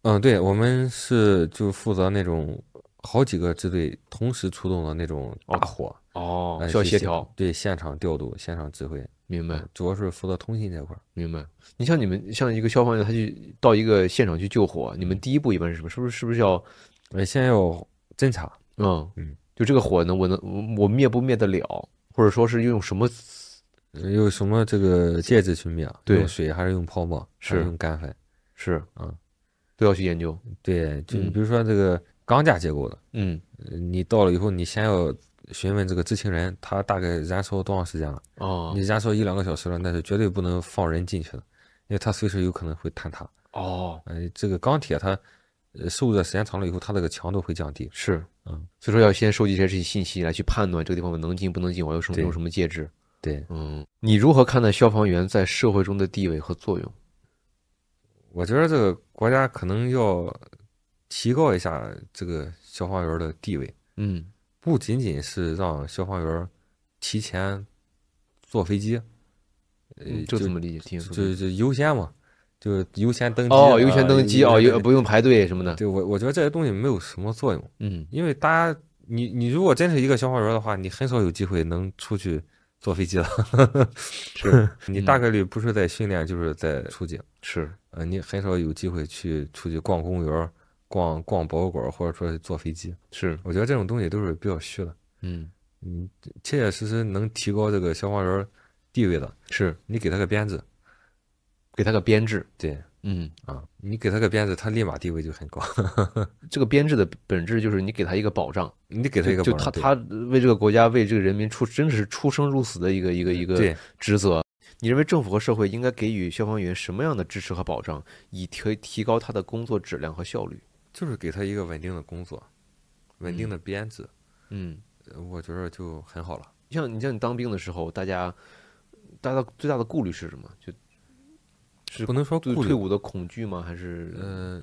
S1: 嗯，对，我们是就负责那种好几个支队同时出动的那种大火，
S2: 哦
S1: 呃
S2: 需要
S1: 去
S2: 协
S1: 现
S2: 调。
S1: 对，现场调度、现场指挥，
S2: 明白，
S1: 主要是负责通信这块儿。
S2: 明白。你像你们像一个消防员，他去到一个现场去救火，
S1: 嗯
S2: 你们第一步一般是什么？是不是是不是要
S1: 呃，先要侦查，
S2: 嗯
S1: 嗯，
S2: 就这个火能我能我我灭不灭得了，或者说是用什么
S1: 呃用什么这个介质去灭啊？
S2: 对
S1: 用水还是用泡沫？还
S2: 是
S1: 用干粉？
S2: 是
S1: 嗯，
S2: 都要去研究。
S1: 对，就
S2: 嗯
S1: 比如说这个钢架结构的，
S2: 嗯，
S1: 呃你到了以后，你先要询问这个知情人，他大概燃烧多长时间了？
S2: 哦
S1: 你燃烧一两个小时了，那是绝对不能放人进去的，因为他随时有可能会坍塌。
S2: 哦，
S1: 呃，这个钢铁它呃受热时间长了以后，它这个强度会降低。
S2: 是，
S1: 嗯，
S2: 所以说要先收集一些这些信息来去判断这个地方能进不能进，我要用
S1: 对
S2: 用什么介质。
S1: 对
S2: 嗯，你如何看待消防员在社会中的地位和作用？
S1: 我觉得这个国家可能要提高一下这个消防员的地位，
S2: 嗯，
S1: 不仅仅是让消防员提前坐飞机，呃，
S2: 这
S1: 就
S2: 怎么理解？听不
S1: 就
S2: 懂
S1: 就优先嘛，就是优先登机
S2: 哦，
S1: 啊
S2: 优先登机哦，
S1: 优
S2: 优不用排队什么的。
S1: 对我我觉得这些东西没有什么作用。
S2: 嗯，
S1: 因为大家，你你如果真是一个消防员的话，你很少有机会能出去坐飞机了。
S2: 是嗯
S1: 你大概率不是在训练，就是在出警。
S2: 是，
S1: 呃，你很少有机会去出去逛公园、逛逛博物馆，或者说是坐飞机。
S2: 是，
S1: 我觉得这种东西都是比较虚的。
S2: 嗯，
S1: 嗯，切切实实能提高这个消防员地位的，
S2: 是，
S1: 你给他个编制，
S2: 给他个编制。
S1: 对
S2: 嗯，
S1: 啊，你给他个编制，他立马地位就很高。
S2: 这个编制的本质就是你给他一个保障，
S1: 你给他一个
S2: 就
S1: 保
S2: 他
S1: 障对
S2: 他为这个国家为这个人民出真的是出生入死的一个一个一个
S1: 对
S2: 职责。你认为政府和社会应该给予消防员什么样的支持和保障，以提提高他的工作质量和效率？
S1: 就是给他一个稳定的工作，稳定的编制，
S2: 嗯，
S1: 呃我觉得就很好了。
S2: 像你像你当兵的时候，大家大家最大的顾虑是什么？就
S1: 不能说
S2: 对
S1: 顾虑
S2: 退，伍的恐惧吗？还是
S1: 嗯、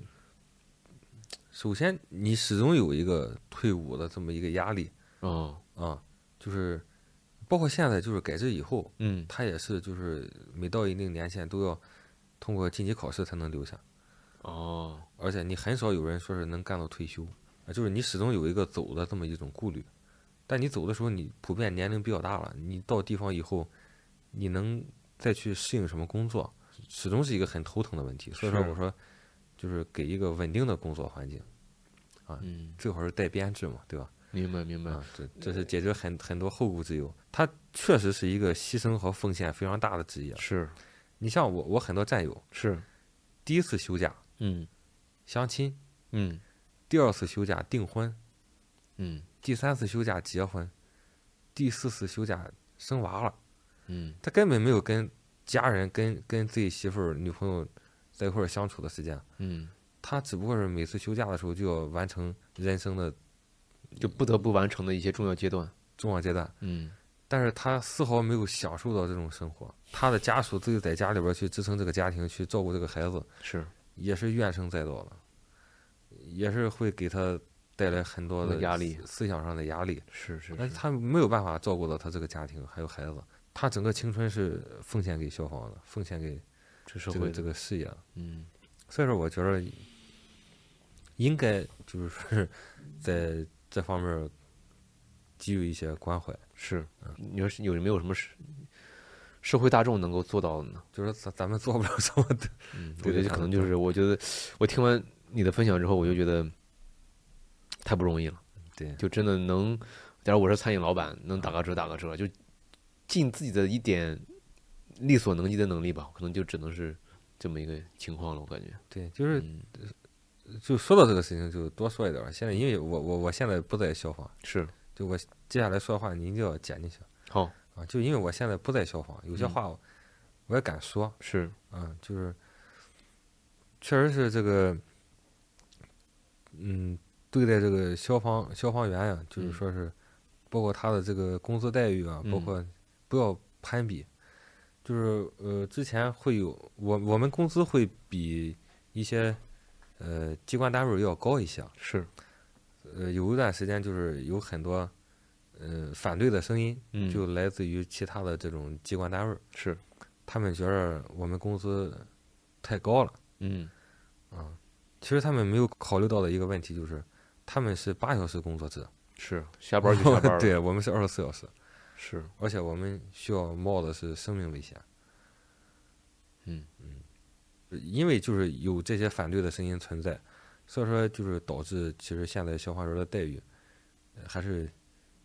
S1: 首先你始终有一个退伍的这么一个压力
S2: 哦
S1: 啊，就是包括现在就是改制以后，
S2: 嗯
S1: 他也是就是每到一定年限都要通过晋级考试才能留下，
S2: 哦
S1: 而且你很少有人说是能干到退休，啊，就是你始终有一个走的这么一种顾虑，但你走的时候你普遍年龄比较大了，你到地方以后，你能再去适应什么工作，始终是一个很头疼的问题。所以说
S2: 是
S1: 我说，就是给一个稳定的工作环境，
S2: 嗯，
S1: 最好是带编制嘛，对吧？
S2: 明白明白
S1: 啊，这这是解决很很多后顾之忧。它确实是一个牺牲和奉献非常大的职业。
S2: 是
S1: 你像我，我很多战友
S2: 是
S1: 第一次休假
S2: 嗯
S1: 相亲，
S2: 嗯
S1: 第二次休假订婚，
S2: 嗯
S1: 第三次休假结婚，第四次休假生娃了，
S2: 嗯
S1: 他根本没有跟家人、跟跟自己媳妇儿、女朋友在一块儿相处的时间，
S2: 嗯，
S1: 他只不过是每次休假的时候就要完成人生的
S2: 就不得不完成的一些重要阶段。
S1: 重要阶段，
S2: 嗯
S1: 但是他丝毫没有享受到这种生活。他的家属自己在家里边儿去支撑这个家庭，去照顾这个孩子，
S2: 是
S1: 也是怨声载道的。也是会给他带来很多的
S2: 压力
S1: 思思想上的压力。
S2: 是是
S1: 但
S2: 是
S1: 是他没有办法照顾到他这个家庭还有孩子，他整个青春是奉献给消防的，奉献给
S2: 这社
S1: 这个
S2: 会的
S1: 这个事业的。
S2: 嗯
S1: 所以说，我觉得应该就是说是在这方面给予一些关怀。
S2: 是，你说是有没有什么社社会大众能够做到的呢？
S1: 就是咱咱们做不了什么的，
S2: 嗯，
S1: 对
S2: 我觉
S1: 对
S2: 得
S1: 反
S2: 可能
S1: 正
S2: 就是，我觉得我听完你的分享之后，我就觉得太不容易了。
S1: 对
S2: 就真的能，假如我是餐饮老板，能打个折打个折，就尽自己的一点力所能及的能力吧，可能就只能是这么一个情况了，我感觉。
S1: 对，就是
S2: 嗯，
S1: 就说到这个事情，就多说一点吧。现在因为我我我现在不在消防，
S2: 是
S1: 就我接下来说的话，你一定要剪进去
S2: 好，
S1: 啊。就因为我现在不在消防，有些
S2: 嗯
S1: 话我我也敢说，
S2: 是
S1: 啊，就是确实是这个，嗯，对待这个消防消防员呀、就是
S2: 嗯
S1: 说是包括他的这个工资待遇啊，包
S2: 嗯
S1: 括不要攀比，就是呃，之前会有我我们工资会比一些呃机关单位要高一些，
S2: 是，
S1: 呃，有一段时间就是有很多呃反对的声音，
S2: 嗯，
S1: 就来自于其他的这种机关单位。
S2: 是，
S1: 他们觉得我们工资太高了
S2: 嗯
S1: 啊。其实他们没有考虑到的一个问题就是，他们是八小时工作制，
S2: 是，下班就下班 了，
S1: 对我们是二十四小时，
S2: 是，
S1: 而且我们需要冒的是生命危险。
S2: 嗯
S1: 嗯，因为就是有这些反对的声音存在，所以说就是导致其实现在消防员的待遇呃还是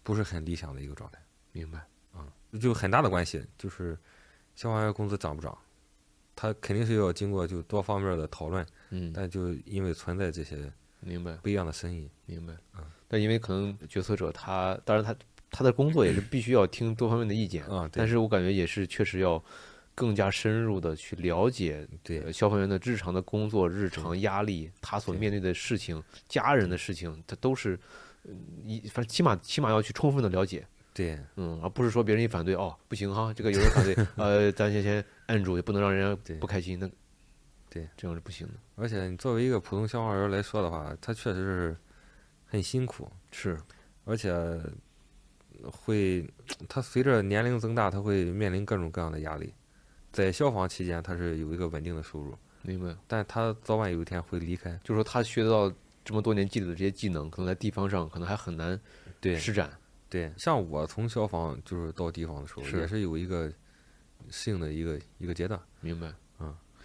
S1: 不是很理想的一个状态。
S2: 明白，
S1: 就很大的关系，就是消防员工资涨不涨，他肯定是要经过就多方面的讨论，
S2: 嗯，
S1: 但就因为存在这些
S2: 明白，
S1: 不一样的声音，
S2: 明白
S1: 嗯。
S2: 但因为可能决策者他，当然他他的工作也是必须要听多方面的意见
S1: 啊对
S2: 但是我感觉也是确实要更加深入的去了解
S1: 对
S2: 呃，消防员的日常的工作、日常压力，他所
S1: 对
S2: 面对的事情、家人的事情，他都是，呃一反正起码起码要去充分的了解，
S1: 对
S2: 嗯，而不是说别人一反对，哦，不行哈，这个有人反对， 呃，咱先先摁住，也不能让人
S1: 对
S2: 家不开心，那
S1: 对，
S2: 这样是不行的，
S1: 而且你作为一个普通消防员来说的话，他确实是很辛苦，
S2: 是
S1: 而且会他随着年龄增大，他会面临各种各样的压力。在消防期间，他是有一个稳定的收入，
S2: 明白，
S1: 但他早晚有一天会离开。
S2: 就是说他学到这么多年积累的这些技能，可能在地方上可能还很难
S1: 对
S2: 施展，
S1: 对，像我从消防就是到地方的时候，
S2: 是
S1: 也是有一个适应的一个一个阶段，
S2: 明白。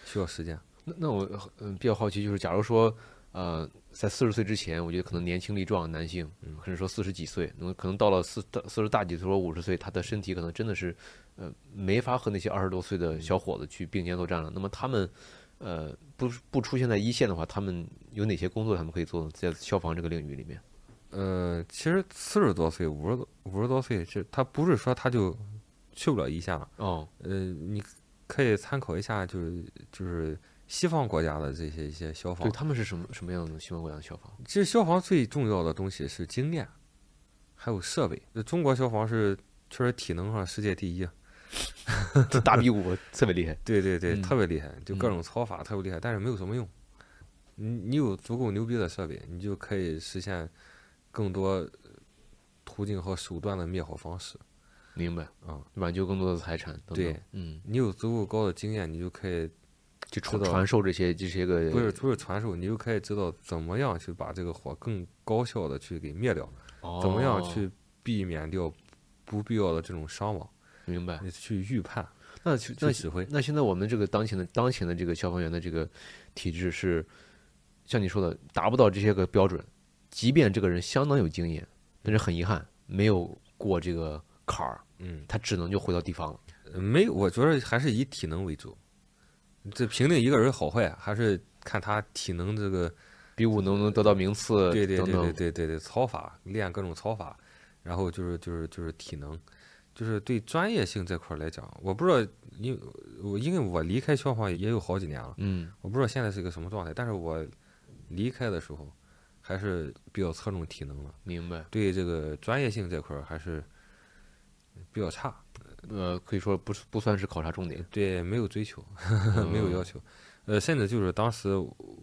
S1: 需要时间。
S2: 那那我嗯比较好奇，就是假如说呃，在四十岁之前，我觉得可能年轻力壮男性，可能说四十几岁，那么可能到了四大四十大几岁或五十岁，他的身体可能真的是呃没法和那些二十多岁的小伙子去并肩作战了。那么他们呃不不出现在一线的话，他们有哪些工作他们可以做呢？在消防这个领域里面？
S1: 呃，其实四十多岁、五十多、五十多岁，这他不是说他就去不了一线了。
S2: 哦，
S1: 呃，你可以参考一下，就是就是西方国家的这些一些消
S2: 对，
S1: 防。
S2: 他们是什么什么样的西方国家的消防？
S1: 其实消防最重要的东西是经验，还有设备。呃中国消防是确实体能上世界第一，啊
S2: 大比武特别厉害，
S1: 对对对，
S2: 嗯
S1: 特别厉害，就各
S2: 嗯
S1: 种操法特别厉害，但是没有什么用。你你有足够牛逼的设备，你就可以实现更多呃途径和手段的灭火方式
S2: 明白？
S1: 啊。
S2: 挽救更多的财产等等。
S1: 对，
S2: 嗯，
S1: 你有足够高的经验，你就可以
S2: 就传
S1: 知道
S2: 传授这些这些个
S1: 不是不是传授，你就可以知道怎么样去把这个火更高效的去给灭掉，怎么样
S2: 哦
S1: 去避免掉不必要的这种伤亡，
S2: 明白？
S1: 你去预判、
S2: 那其那
S1: 去指挥。
S2: 那现在我们这个当前的当前的这个消防员的这个体制是，像你说的达不到这些个标准，即便这个人相当有经验，但是很遗憾没有过这个坎儿，
S1: 嗯，
S2: 他只能就回到地方了。
S1: 呃没有，我觉得还是以体能为主。这评定一个人好坏，还是看他体能这个
S2: 比武能不能得到名次
S1: 对对
S2: 呃等
S1: 对对
S2: 等，
S1: 对对对，操法练各种操法，然后就是就是就是体能，就是对专业性这块儿来讲，我不知道，因为我因为我离开消防也有好几年了，
S2: 嗯，
S1: 我不知道现在是个什么状态，但是我离开的时候还是比较侧重体能了，
S2: 明白。
S1: 对这个专业性这块儿还是比较差，
S2: 呃，可以说不是不算是考察重点，
S1: 对，没有追求， 没有要求，呃，甚至就是当时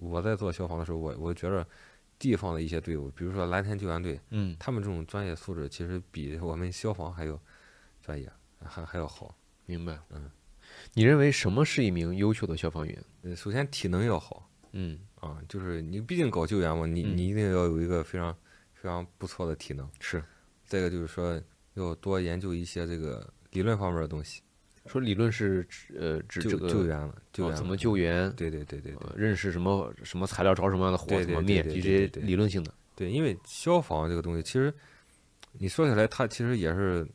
S1: 我在做消防的时候，我我觉得地方的一些队伍，比如说蓝天救援队，
S2: 嗯，
S1: 他们这种专业素质其实比我们消防还要专业，还还要好。
S2: 明白。
S1: 嗯，
S2: 你认为什么是一名优秀的消防员？
S1: 呃首先体能要好
S2: 嗯，
S1: 啊，就是你毕竟搞救援嘛，你
S2: 嗯
S1: 你一定要有一个非常非常不错的体能。
S2: 是
S1: 再一个就是说，要多研究一些这个理论方面的东西，
S2: 说理论是指呃指
S1: 救
S2: 这个
S1: 救援了，救
S2: 哦
S1: 援
S2: 怎
S1: 了
S2: 么救援，
S1: 对对对对对
S2: 呃认识什么什么材料着什么样的火
S1: 对
S2: 怎么
S1: 对
S2: 灭，
S1: 对
S2: 这
S1: 对
S2: 些
S1: 对对
S2: 理论性的。
S1: 对，因为消防这个东西，其实你说起来，它其实也是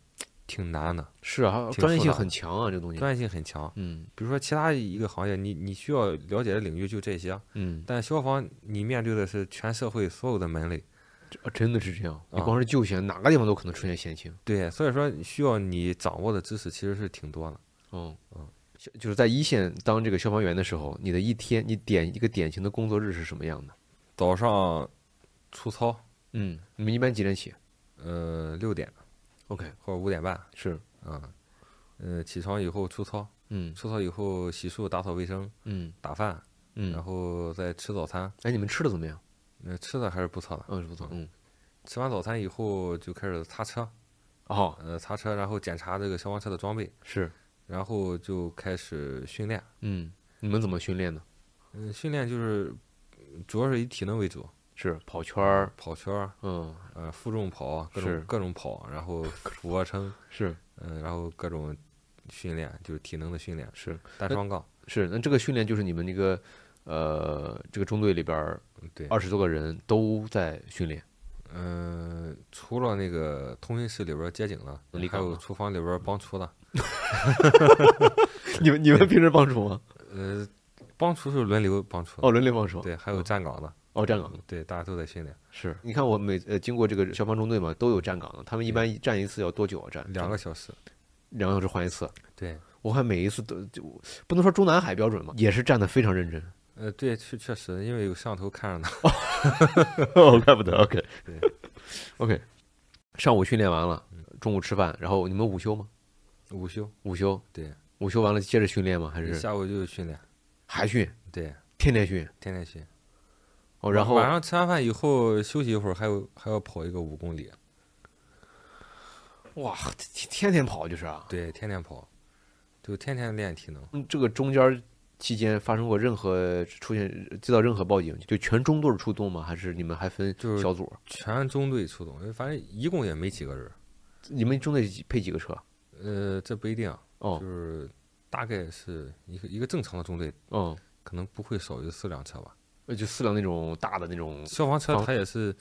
S1: 挺难的，
S2: 是啊，
S1: 挺
S2: 专业
S1: 复
S2: 性
S1: 杂
S2: 很强啊，这个东西。
S1: 专业性很强。
S2: 嗯
S1: 比如说其他一个行业，你你需要了解的领域就这些，
S2: 嗯，
S1: 但消防你面对的是全社会所有的门类，
S2: 这啊真的是这样。你
S1: 啊
S2: 光是救险，哪个地方都可能出现险情。
S1: 对，所以说需要你掌握的知识其实是挺多的。
S2: 哦
S1: 嗯
S2: 消就是在一线当这个消防员的时候，你的一天，你点一个典型的工作日是什么样的？
S1: 早上出操，
S2: 嗯，你们一般几点起
S1: 呃，六点
S2: ？OK，
S1: 或者五点半，
S2: 是，
S1: 啊、嗯，呃，起床以后出操，
S2: 嗯
S1: 出操以后洗漱、打扫卫生、
S2: 嗯
S1: 打饭，然
S2: 嗯。
S1: 后再吃早餐。
S2: 哎，你们吃的怎么样？
S1: 那吃的还是不错的。
S2: 嗯，不错，嗯。
S1: 吃完早餐以后就开始擦车，
S2: 哦，
S1: 呃，擦车，然后检查这个消防车的装备，
S2: 是，
S1: 然后就开始训练。
S2: 嗯，你们怎么训练的？
S1: 嗯、训练就是嗯主要是以体能为主，
S2: 是跑圈儿，
S1: 跑圈儿，
S2: 嗯，
S1: 呃，负重跑，各
S2: 是
S1: 种各种跑，然后俯卧撑，
S2: 是
S1: 嗯、然后各种训练，就是体能的训练，
S2: 是
S1: 单双杠，
S2: 是。那这个训练就是你们那个呃，这个中队里边
S1: 嗯对，
S2: 二十多个人都在训练。
S1: 嗯、除了那个通讯室里边接警的
S2: 离，
S1: 还
S2: 岗
S1: 有
S2: 了
S1: 厨房里边帮厨的，
S2: 你们你们平时帮厨吗？
S1: 呃，帮厨是轮流帮厨的，
S2: 哦，轮流帮厨。
S1: 对，还有站岗的，
S2: 哦，站岗
S1: 对，大家都在训练，
S2: 是。你看我每呃经过这个消防中队嘛，都有站岗的。他们一般站一次要多久啊？站
S1: 两个小时，
S2: 两个小时换一次。
S1: 对。
S2: 我看每一次都就不能说中南海标准嘛，也是站的非常认真。
S1: 呃，对，确确实，因为有摄像头看着呢。
S2: 哦，怪不得。OK，
S1: 对
S2: ，OK。上午训练完了，中午吃饭，然后你们午休吗？
S1: 午休，
S2: 午休，
S1: 对，
S2: 午休完了接着训练吗？还是
S1: 下午就是训练，
S2: 还训？
S1: 对，
S2: 天天训？
S1: 天天训。
S2: 哦，然后
S1: 晚上吃完饭以后休息一会儿，还有还要跑一个五公里，
S2: 哇，天天天跑就是啊。
S1: 对，天天跑，就天天练体能。
S2: 嗯，这个中间期间发生过任何出现接到任何报警，就全中队出动吗？还是你们还分
S1: 就是
S2: 小组？
S1: 全中队出动，因为反正一共也没几个人。
S2: 你们中队几配几个车？
S1: 呃，这不一定，
S2: 哦
S1: 就是大概是一个一个正常的中队，
S2: 哦，
S1: 可能不会少于四辆车吧。
S2: 呃就四辆那种大的那种
S1: 消防车
S2: 防
S1: 它也是，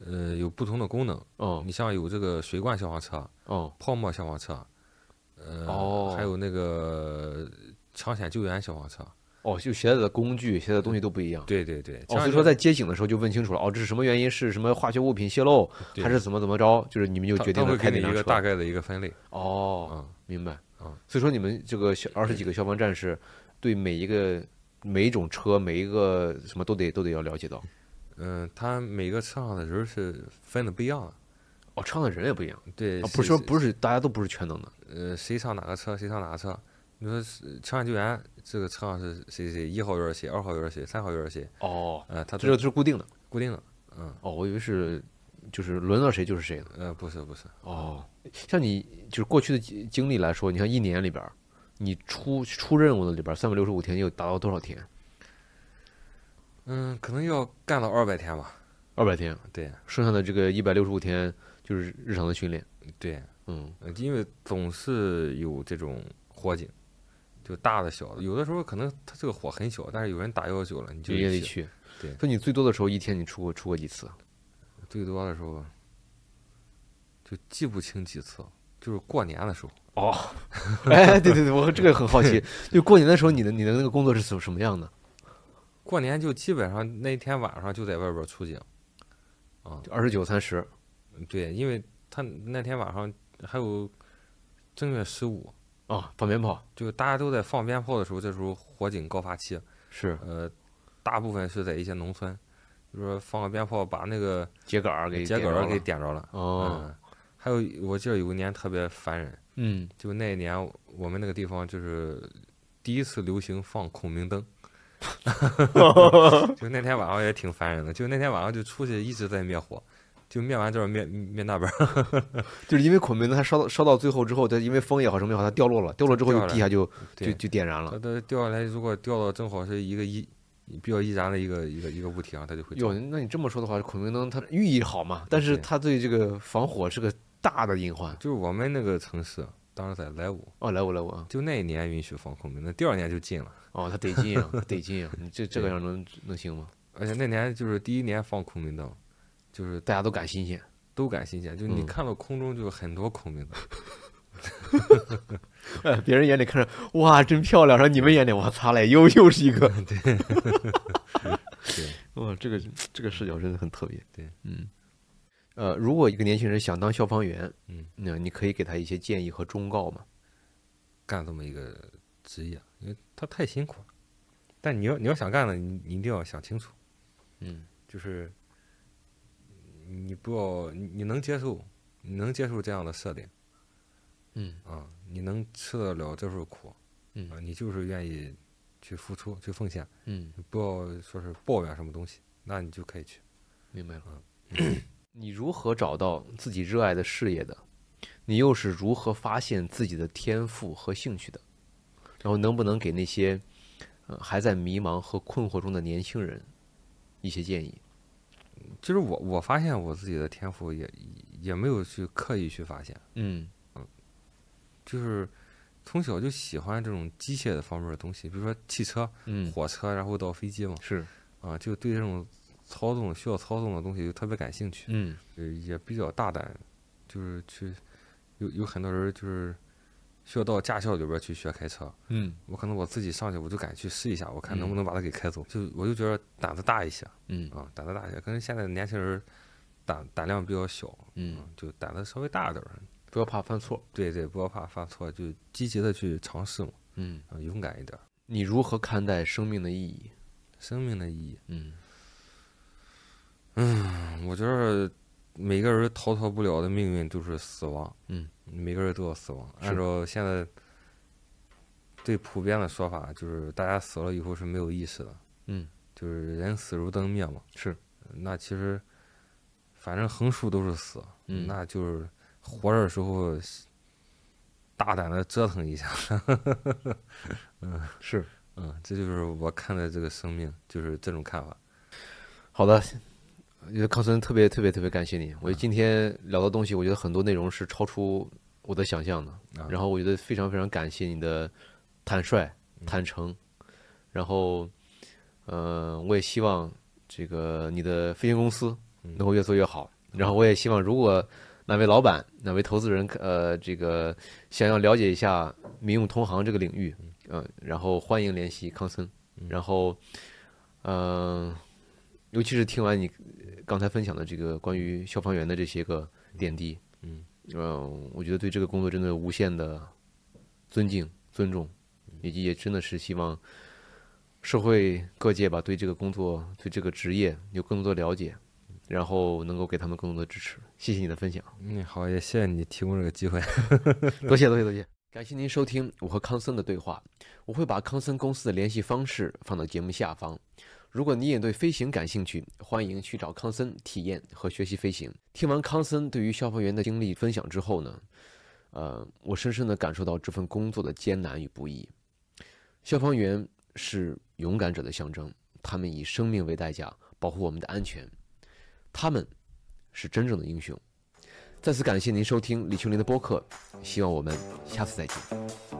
S1: 呃，有不同的功能。
S2: 哦
S1: 你像有这个水罐消防车，
S2: 哦
S1: 泡沫消防车，呃，
S2: 哦
S1: 还有那个抢险救援消防车。
S2: 哦，就携带的工具、携带的东西都不一样。
S1: 对对对，
S2: 哦，所以说在接警的时候就问清楚了，哦，这是什么原因？是什么化学物品泄漏，
S1: 哦对
S2: 还是怎么怎么着？就是你们就
S1: 他
S2: 决定
S1: 他
S2: 了
S1: 会
S2: 开
S1: 给
S2: 哪
S1: 你
S2: 辆
S1: 一
S2: 车
S1: 个。大概的一个分类
S2: 哦，
S1: 啊、
S2: 明白
S1: 啊
S2: 所以说你们这个小二十几个消防战士，对每一个每一种车、每一个什么都得都得要了解到。
S1: 嗯，他每个车上的人是分的不一样的。
S2: 哦，车上的人也不一样，
S1: 对，
S2: 啊、不是说
S1: 谁
S2: 不是大家都不是全能的。
S1: 呃谁上哪个车，谁上哪个车。你说是抢险救援这个车上是谁谁谁一号员谁，二号员谁，三号员谁，
S2: 哦，
S1: 呃，他
S2: 这
S1: 都
S2: 个是固定的。
S1: 固定的。嗯，
S2: 哦，我以为是就是轮到谁就是谁呢。
S1: 呃，不是不是，
S2: 哦，像你就是过去的经经历来说，你像一年里边儿，你出出任务的里边儿，三百六十五天你有达到多少天？
S1: 嗯，可能要干到二百天吧。
S2: 二百天，啊
S1: 对
S2: 剩下的这个一百六十五天就是日常的训练。
S1: 对，
S2: 嗯，
S1: 呃，因为总是有这种火警，就大的小的，有的时候可能它这个火很小，但是有人打幺幺九了，你就
S2: 就也
S1: 得
S2: 得
S1: 去。
S2: 去。
S1: 对
S2: 所以你最多的时候一天你出过出过几次？啊
S1: 最多的时候就记不清几次，就是过年的时候，
S2: 哦， 哎，对对对，我这个很 好奇，就过年的时候，你的你的那个工作是什什么样的？
S1: 过年就基本上那天晚上就在外边出警。啊、
S2: 二十九、三十，
S1: 对，因为他那天晚上还有正月十五，
S2: 啊，放鞭炮
S1: 就大家都在放鞭炮的时候，这时候火警高发期，
S2: 是
S1: 呃，大部分是在一些农村，就是说放个鞭炮把那个
S2: 秸秆儿给
S1: 秸秆
S2: 点着
S1: 儿给
S2: 了
S1: 点着了。
S2: 哦，
S1: 嗯，还有我记得有一年特别烦人，
S2: 嗯，
S1: 就那一年我们那个地方就是第一次流行放孔明灯，就那天晚上也挺烦人的，就那天晚上就出去一直在灭火，就灭完之后灭灭那边儿，
S2: 就是因为孔明灯它烧到烧到最后之后，它因为风也好什么也好，它掉落了，掉落之后
S1: 掉
S2: 就
S1: 了
S2: 地下就就
S1: 对
S2: 就点燃
S1: 它
S2: 了。
S1: 它掉下来，如果掉到正好是一个易比较易燃的一个一个一个物体啊，它就会着
S2: 哟，那你这么说的话，孔明灯它寓意好嘛，但是
S1: 对
S2: 它对这个防火是个大的隐患。
S1: 就是我们那个城市，当时在莱芜，
S2: 哦，来我来我啊，
S1: 就那一年允许放空明灯，第二年就禁了。
S2: 哦，它得劲啊，得劲啊，你这这个样能能行吗？
S1: 而且那年就是第一年放孔明灯，就是
S2: 大家都赶新鲜，
S1: 都赶新鲜，就是你
S2: 嗯
S1: 看到空中就有很多孔明灯，
S2: 哎， 别人眼里看着哇真漂亮，然后你们眼里我擦嘞，又又是一个，对， 哇，这个这个视角真的很特别，
S1: 对，
S2: 嗯，呃，如果一个年轻人想当消防员，
S1: 嗯，
S2: 那你可以给他一些建议和忠告嘛，
S1: 干这么一个职业，因为他太辛苦了。但你要你要想干的，你你一定要想清楚，
S2: 嗯，
S1: 就是你不要你你能接受，你能接受这样的设定，
S2: 嗯
S1: 啊，你能吃得了这份苦，
S2: 嗯
S1: 啊，你就是愿意去付出去奉献，
S2: 嗯，
S1: 不要说是抱怨什么东西，那你就可以去。
S2: 明白了。嗯你如何找到自己热爱的事业的？你又是如何发现自己的天赋和兴趣的？然后能不能给那些呃还在迷茫和困惑中的年轻人一些建议？
S1: 其实我我发现我自己的天赋也也没有去刻意去发现，
S2: 嗯
S1: 就是从小就喜欢这种机械的方面的东西，比如说汽车、
S2: 嗯，
S1: 火车，然后到飞机嘛，
S2: 是
S1: 啊，就对这种操纵需要操纵的东西就特别感兴趣，
S2: 嗯
S1: 呃也比较大胆，就是去有有很多人就是需要到驾校里边去学开车，
S2: 嗯
S1: 我可能我自己上去我就敢去试一下，我看能不
S2: 嗯
S1: 能把它给开走，就我就觉得胆子大一些
S2: 嗯
S1: 啊，胆子大一些，跟现在的年轻人胆胆量比较小，
S2: 嗯，
S1: 嗯，就胆子稍微大点儿，
S2: 不要怕犯错。
S1: 对对，不要怕犯错，就积极的去尝试嘛，
S2: 嗯，
S1: 啊，勇敢一点儿，
S2: 你如何看待生命的意义？
S1: 生命的意义。
S2: 嗯
S1: 我觉得每个人逃脱不了的命运就是死亡，
S2: 嗯，
S1: 每个人都要死亡。
S2: 是
S1: 按照现在最普遍的说法，就是大家死了以后是没有意识的，
S2: 嗯，
S1: 就是人死如灯灭嘛。呃
S2: 是，
S1: 那其实反正横竖都是死，
S2: 嗯
S1: 那就是活着的时候大胆的折腾一下，
S2: 是
S1: 嗯，这就是我看待这个生命就是这种看法。
S2: 好的，我觉得康森特别特别特别感谢你。我觉得今天聊的东西，我觉得很多内容是超出我的想象的。
S1: 啊嗯
S2: 然后我觉得非常非常感谢你的坦率、坦诚。然后，呃，我也希望这个你的飞行公司
S1: 嗯
S2: 能够越做越好。然后我也希望，如果哪位老板、哪位投资人，呃，这个想要了解一下民用通航这个领域，嗯、然后欢迎联系康森。然后，嗯、尤其是听完你刚才分享的这个关于消防员的这些个点滴，
S1: 嗯，
S2: 呃，我觉得对这个工作真的无限的尊敬、尊重，以及也真的是希望社会各界吧对这个工作、对这个职业有更多的了解，然后能够给他们更多的支持。谢谢你的分享，
S1: 嗯，好，也谢谢你提供这个机会。
S2: 多谢多谢多谢，感谢您收听我和康森的对话。我会把康森公司的联系方式放到节目下方。如果你也对飞行感兴趣，欢迎去找康森体验和学习飞行。听完康森对于消防员的经历分享之后呢，呃，我深深地感受到这份工作的艰难与不易。消防员是勇敢者的象征，他们以生命为代价保护我们的安全，他们是真正的英雄。再次感谢您收听李秋林的播客，希望我们下次再见。